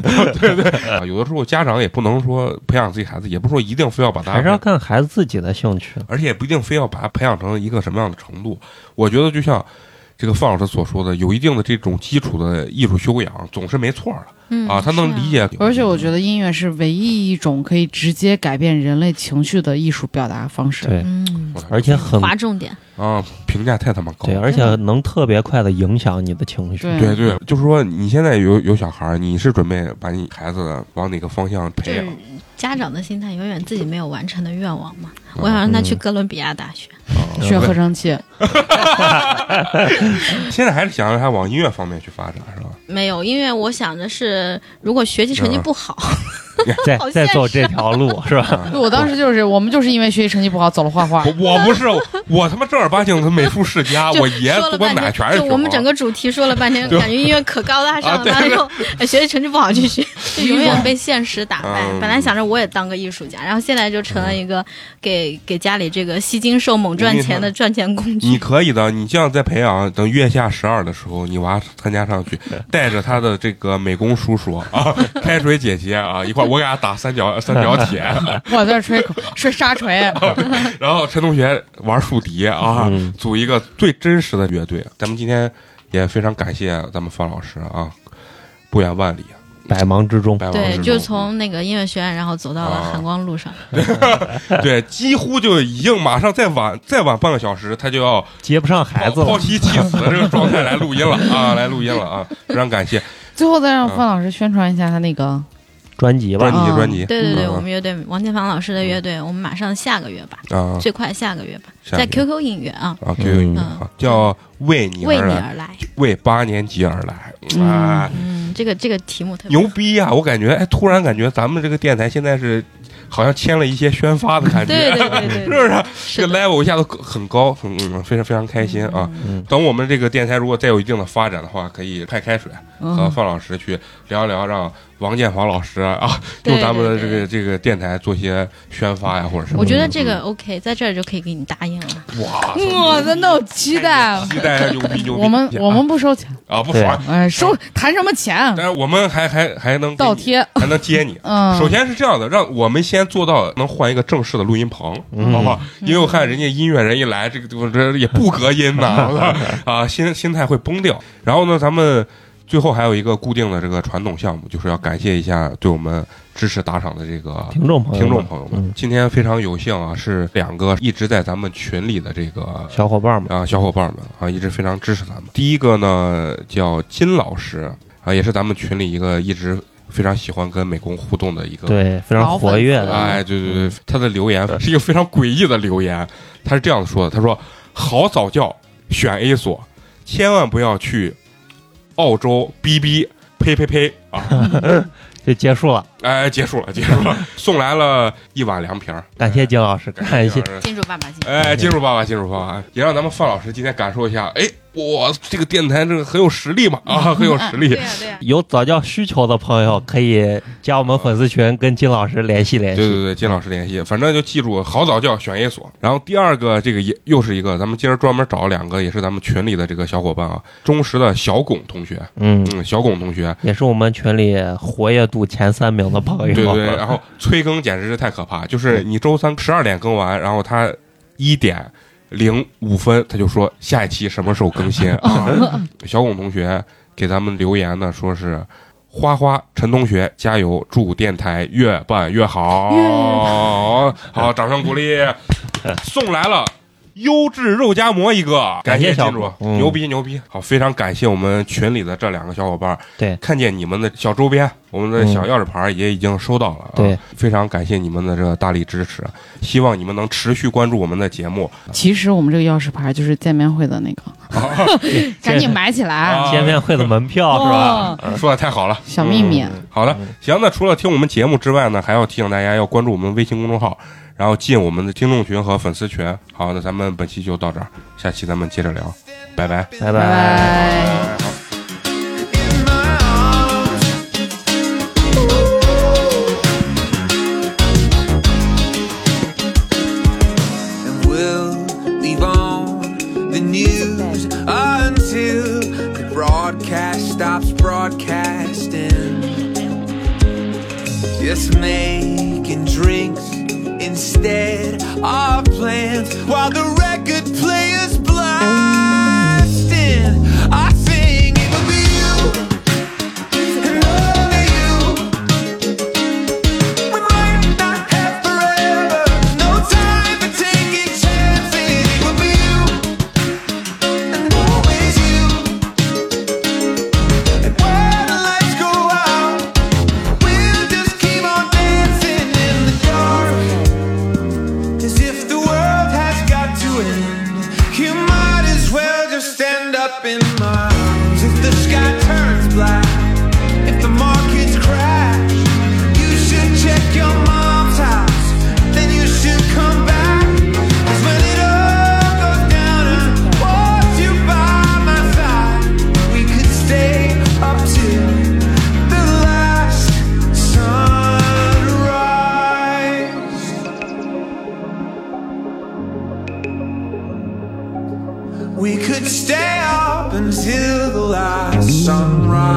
S2: 打
S1: 啊。有的时候家长也不能说培养自己孩子，也不是说一定非要把他
S4: 还是要看孩子自己的兴趣。
S1: 而且也不一定非要把它培养成一个什么样的程度。我觉得就像这个范老师所说的，有一定的这种基础的艺术修养总是没错的
S5: 嗯
S1: 啊，他能理。解。
S2: 而且我觉得音乐是唯一一种可以直接改变人类情绪的艺术表达方式。
S4: 对，
S5: 嗯，
S4: 而且很
S5: 划重点，
S1: 啊，评价太他妈高
S4: 对，
S1: 了。
S4: 而且能特别快的影响你的情
S5: 嗯
S4: 绪。
S2: 对
S1: 对对，就是说你现在有有小孩儿，你是准备把你孩子往哪个方向
S5: 就
S1: 培
S5: 是
S1: 养？啊
S5: 家长的心态永远自己没有完成的愿望嘛。
S1: 嗯
S5: 我想让他去哥伦比亚大学，
S1: 啊
S2: 学合成器，
S1: 现在还是想让他往音乐方面去发展， 是吧？
S5: 没有，因为我想着是，如果学习成绩
S1: 嗯
S5: 不好，
S4: 再
S5: 好
S4: 再
S5: 现
S4: 走这条路 是吧？
S1: 啊
S2: 对我当时就是我们就是因为学习成绩不好走了画 画
S1: 我。我不是我他妈正儿八经的美术世家，
S5: 就
S1: 我爷
S5: 说了
S1: 给我
S5: 半
S1: 买
S5: 天，
S1: 全是
S5: 就我们整个主题说了半天，感觉音乐可高大
S1: 啊
S5: 上了，完了之后哎学习成绩不好 去学，就永远被现实打败。
S1: 嗯
S5: 本来想着我也当个艺术家，然后现在就成了一个给给家里这个吸金兽猛赚钱的赚钱工
S1: 你
S5: 具。
S1: 可以的，你这样再培养，等月下十二的时候，你娃参加上去， 带着他的这个美工叔叔啊， 开水姐姐啊，一块儿我给他打三 角三角铁，
S2: 我在这吹口吹沙锤，
S1: 然后陈同学玩竖笛啊，
S4: 嗯
S1: 组一个最真实的乐队。咱们今天也非常感谢咱们方老师啊，不远万里，
S4: 百忙之中，
S1: 百忙之
S5: 对，
S1: 中
S5: 就从那个音乐学院，然后走到了
S1: 啊
S5: 寒光路上。
S1: 对，几乎就已经马上再晚再晚半个小时，他就要
S4: 接不上孩子
S1: 抛
S4: 了。
S1: 妻弃子的这个状态来录音了啊，来录音了啊，非常感谢
S2: 最后再让范老师宣传一下他那个
S4: 专辑
S1: 专
S4: 吧，
S1: 辑
S2: 啊
S1: 专辑，
S5: 哦对对对，
S1: 嗯
S5: 我们乐队王建房老师的乐队，我们马上下个月吧，
S1: 啊，
S5: 最快下个月吧，
S1: 下个
S5: 在
S1: 月
S5: QQ 音乐啊，
S1: 啊，
S4: 嗯
S1: QQ 音乐
S5: 嗯
S1: 啊，叫为你
S5: 为
S1: 而
S5: 你
S1: 来，
S5: 而来。
S1: 为八年级而来，
S2: 嗯
S1: 啊，
S5: 嗯，这个这个题目特别
S1: 牛逼呀！我感觉，哎，突然感觉咱们这个电台现在是好像签了一些宣发的感觉，
S5: 对对对 对
S1: 是不是？
S5: 是
S1: 这个
S5: 的
S1: level 一下都很高，很嗯，非常非常开心啊！
S4: 嗯
S1: 等我们这个电台如果再有一定的发展的话，可以派开水
S2: 嗯
S1: 和
S5: 嗯
S1: 范老师去聊一聊，让王建华老师啊，
S5: 对
S1: 用咱们的这
S5: 对
S1: 个这个电台做些宣发呀，或者什么。
S5: 我觉得这个 OK，在这儿就可以给你答应了。
S1: 哇，
S2: 我真的有期待。
S1: 期待牛逼牛逼！
S2: 啊我们我们不收钱，
S1: 啊不
S4: 对
S1: 爽，
S2: 嗯哎，嗯收谈什么钱？
S1: 但是我们还还还能给你
S2: 倒贴，
S1: 还能接你。啊
S2: 嗯，
S1: 首先是这样的，让我们先做到能换一个正式的录音棚，
S4: 嗯
S1: 好不好？因为我看人家音乐人一来，这个我这也不隔音呐，我 操啊，心心态会崩掉。然后呢，咱们最后还有一个固定的这个传统项目，就是要感谢一下对我们支持打赏的这个
S4: 听众朋友
S1: 听
S4: 们，
S1: 众朋友们
S4: 嗯。
S1: 今天非常有幸啊，是两个一直在咱们群里的这个
S4: 小伙伴们，
S1: 啊，小伙伴们啊，一直非常支持咱们。第一个呢叫金老师啊，也是咱们群里一个一直非常喜欢跟美工互动的一个。。
S4: 对，非常活跃
S2: 老粉丝
S4: 的，
S1: 哎，对对对，他的留言是一个非常诡异的留言，他是这样说的：他说，好早教选 A 所，千万不要去澳洲逼逼呸呸呸啊！
S4: 就结束了。
S1: 哎，结束了，结束了，送来了一碗凉皮儿，
S4: 感谢金老师，感谢
S1: 哎金老师
S5: 金主爸爸，金主
S1: 哎，进入爸爸，进入爸爸，也让咱们范老师今天感受一下，哎，我这个电台这个很有实力嘛，啊，很有实力
S5: 对。呀对呀，
S4: 有早教需求的朋友可以加我们粉丝群，跟金老师联系联
S1: 对
S4: 系。
S1: 对对，金老师联系，反正就记住，好早教选一所。然后第二个，这个也又是一个，咱们今儿专门找两个，也是咱们群里的这个小伙伴啊，忠实的小巩同学，
S4: 嗯，
S1: 嗯，小巩同学，
S4: 也是我们群里活跃度前三名的朋
S1: 对
S4: 友。
S1: 对对。然后催更简直是太可怕，
S4: 嗯
S1: 就是你周三十二点更完，然后他一点零五分他就说下一期什么时候更 新啊？小巩同学给咱们留言呢，说是花花陈同学加油，祝电台越办越好，好，掌声鼓 励，送来了。优质肉夹馍一个，
S4: 感谢
S1: 谢金
S4: 小
S1: 主
S4: 巩，嗯
S1: 牛逼牛逼！好，非常感谢我们群里的这两个小伙伴，
S4: 对嗯
S1: 看见你们的小周边，我们的小钥匙牌儿也已经收到了、啊
S4: 对，
S1: 非常感谢你们的这个大力支持，希望你们能持续关注我们的节目。
S2: 其实我们这个钥匙牌就是见面会的那个， 赶紧买起来，
S1: 啊
S4: 见面会的门票是吧？
S2: 哦哦，嗯
S1: 说的太好了，
S2: 小秘密，
S1: 好的，行。那除了听我们节目之外呢，还要提醒大家要关注我们微信公众号，然后进我们的听众群和粉丝群。好，那咱们本期就到这儿，下期咱们接着聊，拜拜。
S4: 拜
S2: 拜
S4: 拜。
S2: 拜。
S3: in my arms. And we'll leave on the news until the broadcast stops broadcasting. Just making drinks instead of plans while the record player's blasting. I sing it will be you and only you. We might not have forever, no time for taking chances. It will be you and always you. And when the lights go out. We'll just keep on dancing in the dark, as if the world has got to end. You might as well just stand up in my arms. If the sky turns black, if the markets crash, you should check your mom's house. Then you should come back. 'Cause when it all goes down, I want you by my side. We could stay up till the last sunrise. We could stay up until the last sunrise.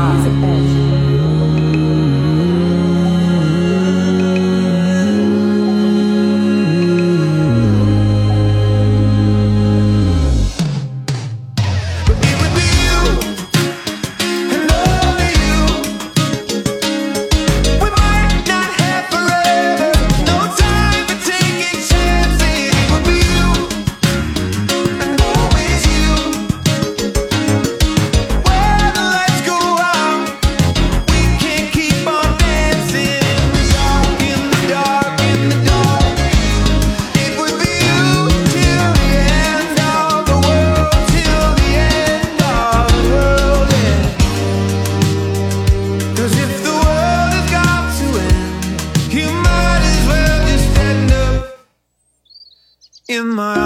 S3: It would be you and only you. We might not have forever, no time for taking chances. It will be you and always you. When the lights go out, we can keep on dancing in the dark, in the dark, in the dark. It would be you till the end of the world, till the end of the world. Yeah. Cause if the world has got to end, you might as well just end up in my